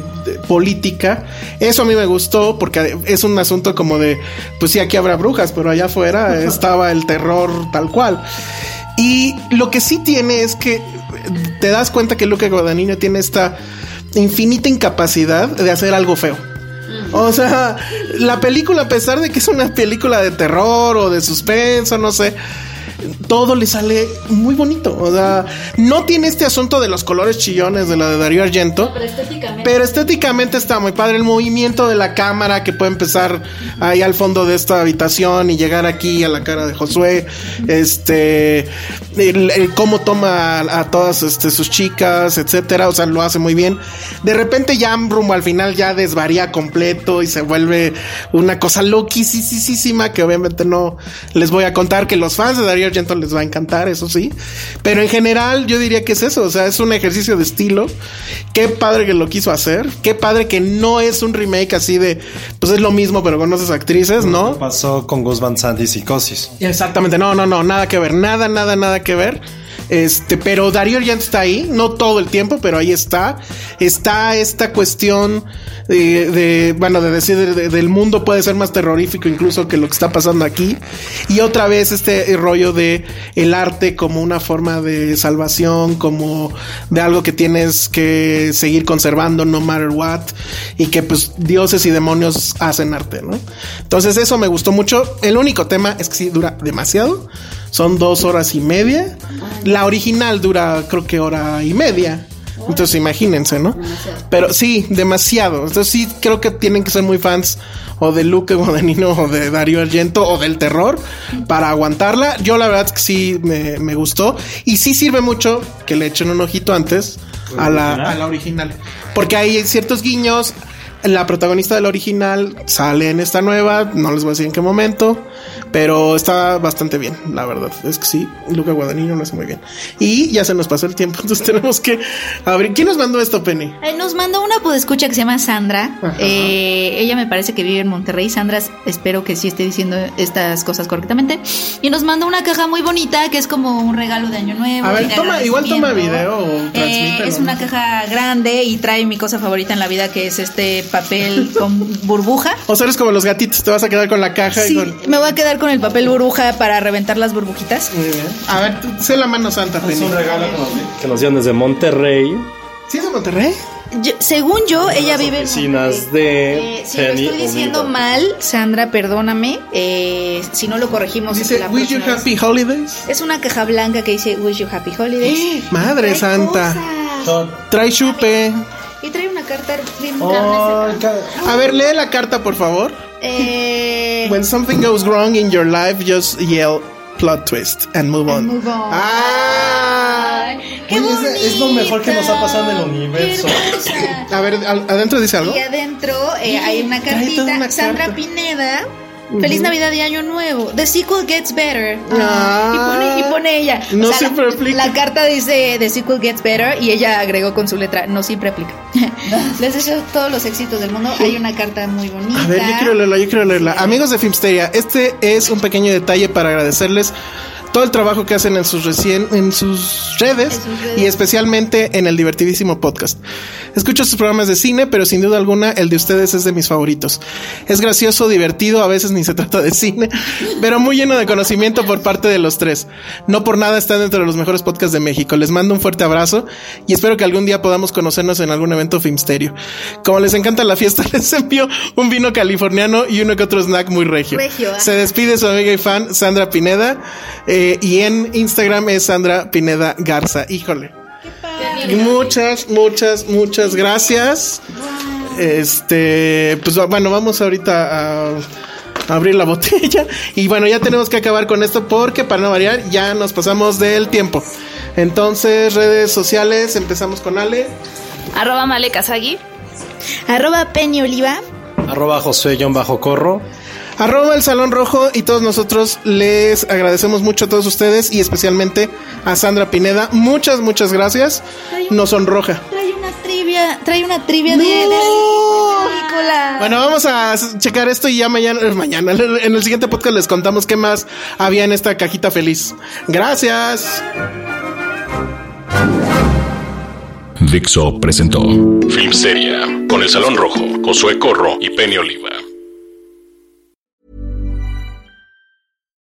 Speaker 4: política. Eso a mí me gustó porque es un asunto como de, pues sí, aquí habrá brujas, pero allá afuera estaba el terror tal cual. Y lo que sí tiene es que eh, te das cuenta que Luca Guadagnino tiene esta infinita incapacidad de hacer algo feo. O sea, la película, a pesar de que es una película de terror o de suspenso, no sé, todo le sale muy bonito. O sea, no tiene este asunto de los colores chillones de la de Darío Argento.
Speaker 7: Pero estéticamente.
Speaker 4: Pero estéticamente está muy padre el movimiento de la cámara que puede empezar ahí al fondo de esta habitación y llegar aquí a la cara de Josué. Este, el, el cómo toma a, a todas este, sus chicas, etcétera. O sea, lo hace muy bien. De repente ya rumbo al final ya desvaría completo y se vuelve una cosa loquisísima que obviamente no les voy a contar que los fans de Darío Argento les va a encantar, eso sí. Pero en general yo diría que es eso, o sea, es un ejercicio de estilo. Qué padre que lo quiso hacer, qué padre que no es un remake así de, pues es lo mismo pero con otras actrices, ¿no?
Speaker 3: Pasó con Gus Van Sant y Psicosis.
Speaker 4: Exactamente, no, no, no, nada que ver, nada, nada, nada que ver. Este, pero Darío ya está ahí, no todo el tiempo, pero ahí está. Está esta cuestión de, de, bueno, de decir de- de- del mundo puede ser más terrorífico incluso que lo que está pasando aquí. Y otra vez este rollo de el arte como una forma de salvación, como de algo que tienes que seguir conservando no matter what y que pues dioses y demonios hacen arte, ¿no? Entonces eso me gustó mucho. El único tema es que sí dura demasiado. Son dos horas y media. La original dura creo que hora y media. Entonces imagínense, ¿no? Pero sí, demasiado. Entonces sí creo que tienen que ser muy fans o de Luke Guadagnino o de Darío Argento o del terror para aguantarla. Yo la verdad es que sí me, me gustó y sí sirve mucho que le echen un ojito antes a la, a la original. Porque hay ciertos guiños. la protagonista del original sale en esta nueva, no les voy a decir en qué momento, pero está bastante bien, la verdad. Es que sí, Luca Guadagnino lo hace muy bien. Y ya se nos pasó el tiempo, entonces tenemos que abrir. ¿Quién nos mandó esto, Penny?
Speaker 5: Eh, Nos mandó una podescucha que se llama Sandra. Eh, ella me parece que vive en Monterrey. Sandra, espero que sí esté diciendo estas cosas correctamente. Y nos mandó una caja muy bonita que es como un regalo de Año Nuevo.
Speaker 4: A ver,
Speaker 5: de
Speaker 4: toma, igual toma video o
Speaker 5: agradecimiento. Eh,
Speaker 4: transmítelo,
Speaker 5: es
Speaker 4: ¿no?
Speaker 5: una caja grande y trae mi cosa favorita en la vida que es este papel con burbuja.
Speaker 4: O sea, eres como los gatitos, te vas a quedar con la caja y
Speaker 5: Sí,
Speaker 4: con.
Speaker 5: me voy a quedar con el papel burbuja para reventar las burbujitas.
Speaker 4: Muy bien. A ver, tú- sé la mano santa, Penny.
Speaker 8: Que nos dieron desde Monterrey.
Speaker 4: ¿Sí es de Monterrey?
Speaker 5: Yo- según yo, ella vive en
Speaker 8: Oficinas de.
Speaker 5: Eh, si lo
Speaker 8: Penny
Speaker 5: estoy diciendo
Speaker 8: Universe.
Speaker 5: mal, Sandra, perdóname. eh, si no lo corregimos,
Speaker 4: Dice,
Speaker 5: la
Speaker 4: Wish you
Speaker 5: próxima vez".
Speaker 4: happy holidays.
Speaker 5: Es una caja blanca que dice Wish you happy
Speaker 8: ¡Eh!
Speaker 5: holidays.
Speaker 4: Madre
Speaker 5: Trae
Speaker 4: santa.
Speaker 5: cosas.
Speaker 4: Trae chupe.
Speaker 5: Y trae una carta bien
Speaker 4: Oh,
Speaker 5: grande.
Speaker 4: ca- a ver, lee la carta, por favor.
Speaker 5: Eh,
Speaker 4: When something goes wrong in your life, just yell plot twist and move on.
Speaker 5: move on.
Speaker 4: Ah.
Speaker 5: ¡Qué
Speaker 8: Oye, es de- es lo mejor que nos ha pasado en el universo.
Speaker 5: bonita!
Speaker 4: A ver, al- adentro dice algo.
Speaker 5: Y adentro eh, hay una
Speaker 4: Trae toda
Speaker 5: cartita.
Speaker 4: una
Speaker 5: Sandra
Speaker 4: carta.
Speaker 5: Pineda. Feliz Navidad y Año Nuevo. The sequel gets better.
Speaker 4: Ah.
Speaker 5: Y, pone, y pone ella.
Speaker 4: No
Speaker 5: la-
Speaker 4: siempre aplica.
Speaker 5: La carta dice The sequel gets better y ella agregó con su letra no siempre aplica. Les deseo todos los éxitos del mundo. Hay una carta muy bonita.
Speaker 4: A ver, yo quiero leerla, yo quiero leerla. Amigos de Filmsteria, este es un pequeño detalle para agradecerles todo el trabajo que hacen en sus recién en sus redes,
Speaker 5: En sus redes.
Speaker 4: y especialmente en el divertidísimo podcast. Escucho sus programas de cine, pero sin duda alguna el de ustedes es de mis favoritos. Es gracioso, divertido, a veces ni se trata de cine, pero muy lleno de conocimiento por parte de los tres. No por nada están entre los mejores podcasts de México. Les mando un fuerte abrazo y espero que algún día podamos conocernos en algún evento Filmsterio. Como les encanta la fiesta, les envío un vino californiano y uno que otro snack muy regio.
Speaker 5: Regio, ajá.
Speaker 4: Se despide su amiga y fan Sandra Pineda eh, y en Instagram es Sandra Pineda Garza. Híjole. Muchas, muchas, muchas gracias. Este, pues bueno, vamos ahorita a abrir la botella y bueno, ya tenemos que acabar con esto porque para no variar ya nos pasamos del tiempo. Entonces, redes sociales, empezamos con Ale.
Speaker 6: Arroba Male Kazagi.
Speaker 5: Arroba Penny Oliva.
Speaker 3: Arroba Josué-Corro.
Speaker 4: Arroba el Salón Rojo y todos nosotros les agradecemos mucho a todos ustedes y especialmente a Sandra Pineda. Muchas, muchas gracias. Nos honroja.
Speaker 5: Trae una trivia. Trae una trivia de, de- de película.
Speaker 4: Bueno, vamos a s- checar esto y ya mañana, eh, mañana, en el siguiente podcast les contamos qué más había en esta cajita feliz. Gracias.
Speaker 1: Dixo presentó Filmsteria con el Salón Rojo, Josué Corro y Penny Oliva.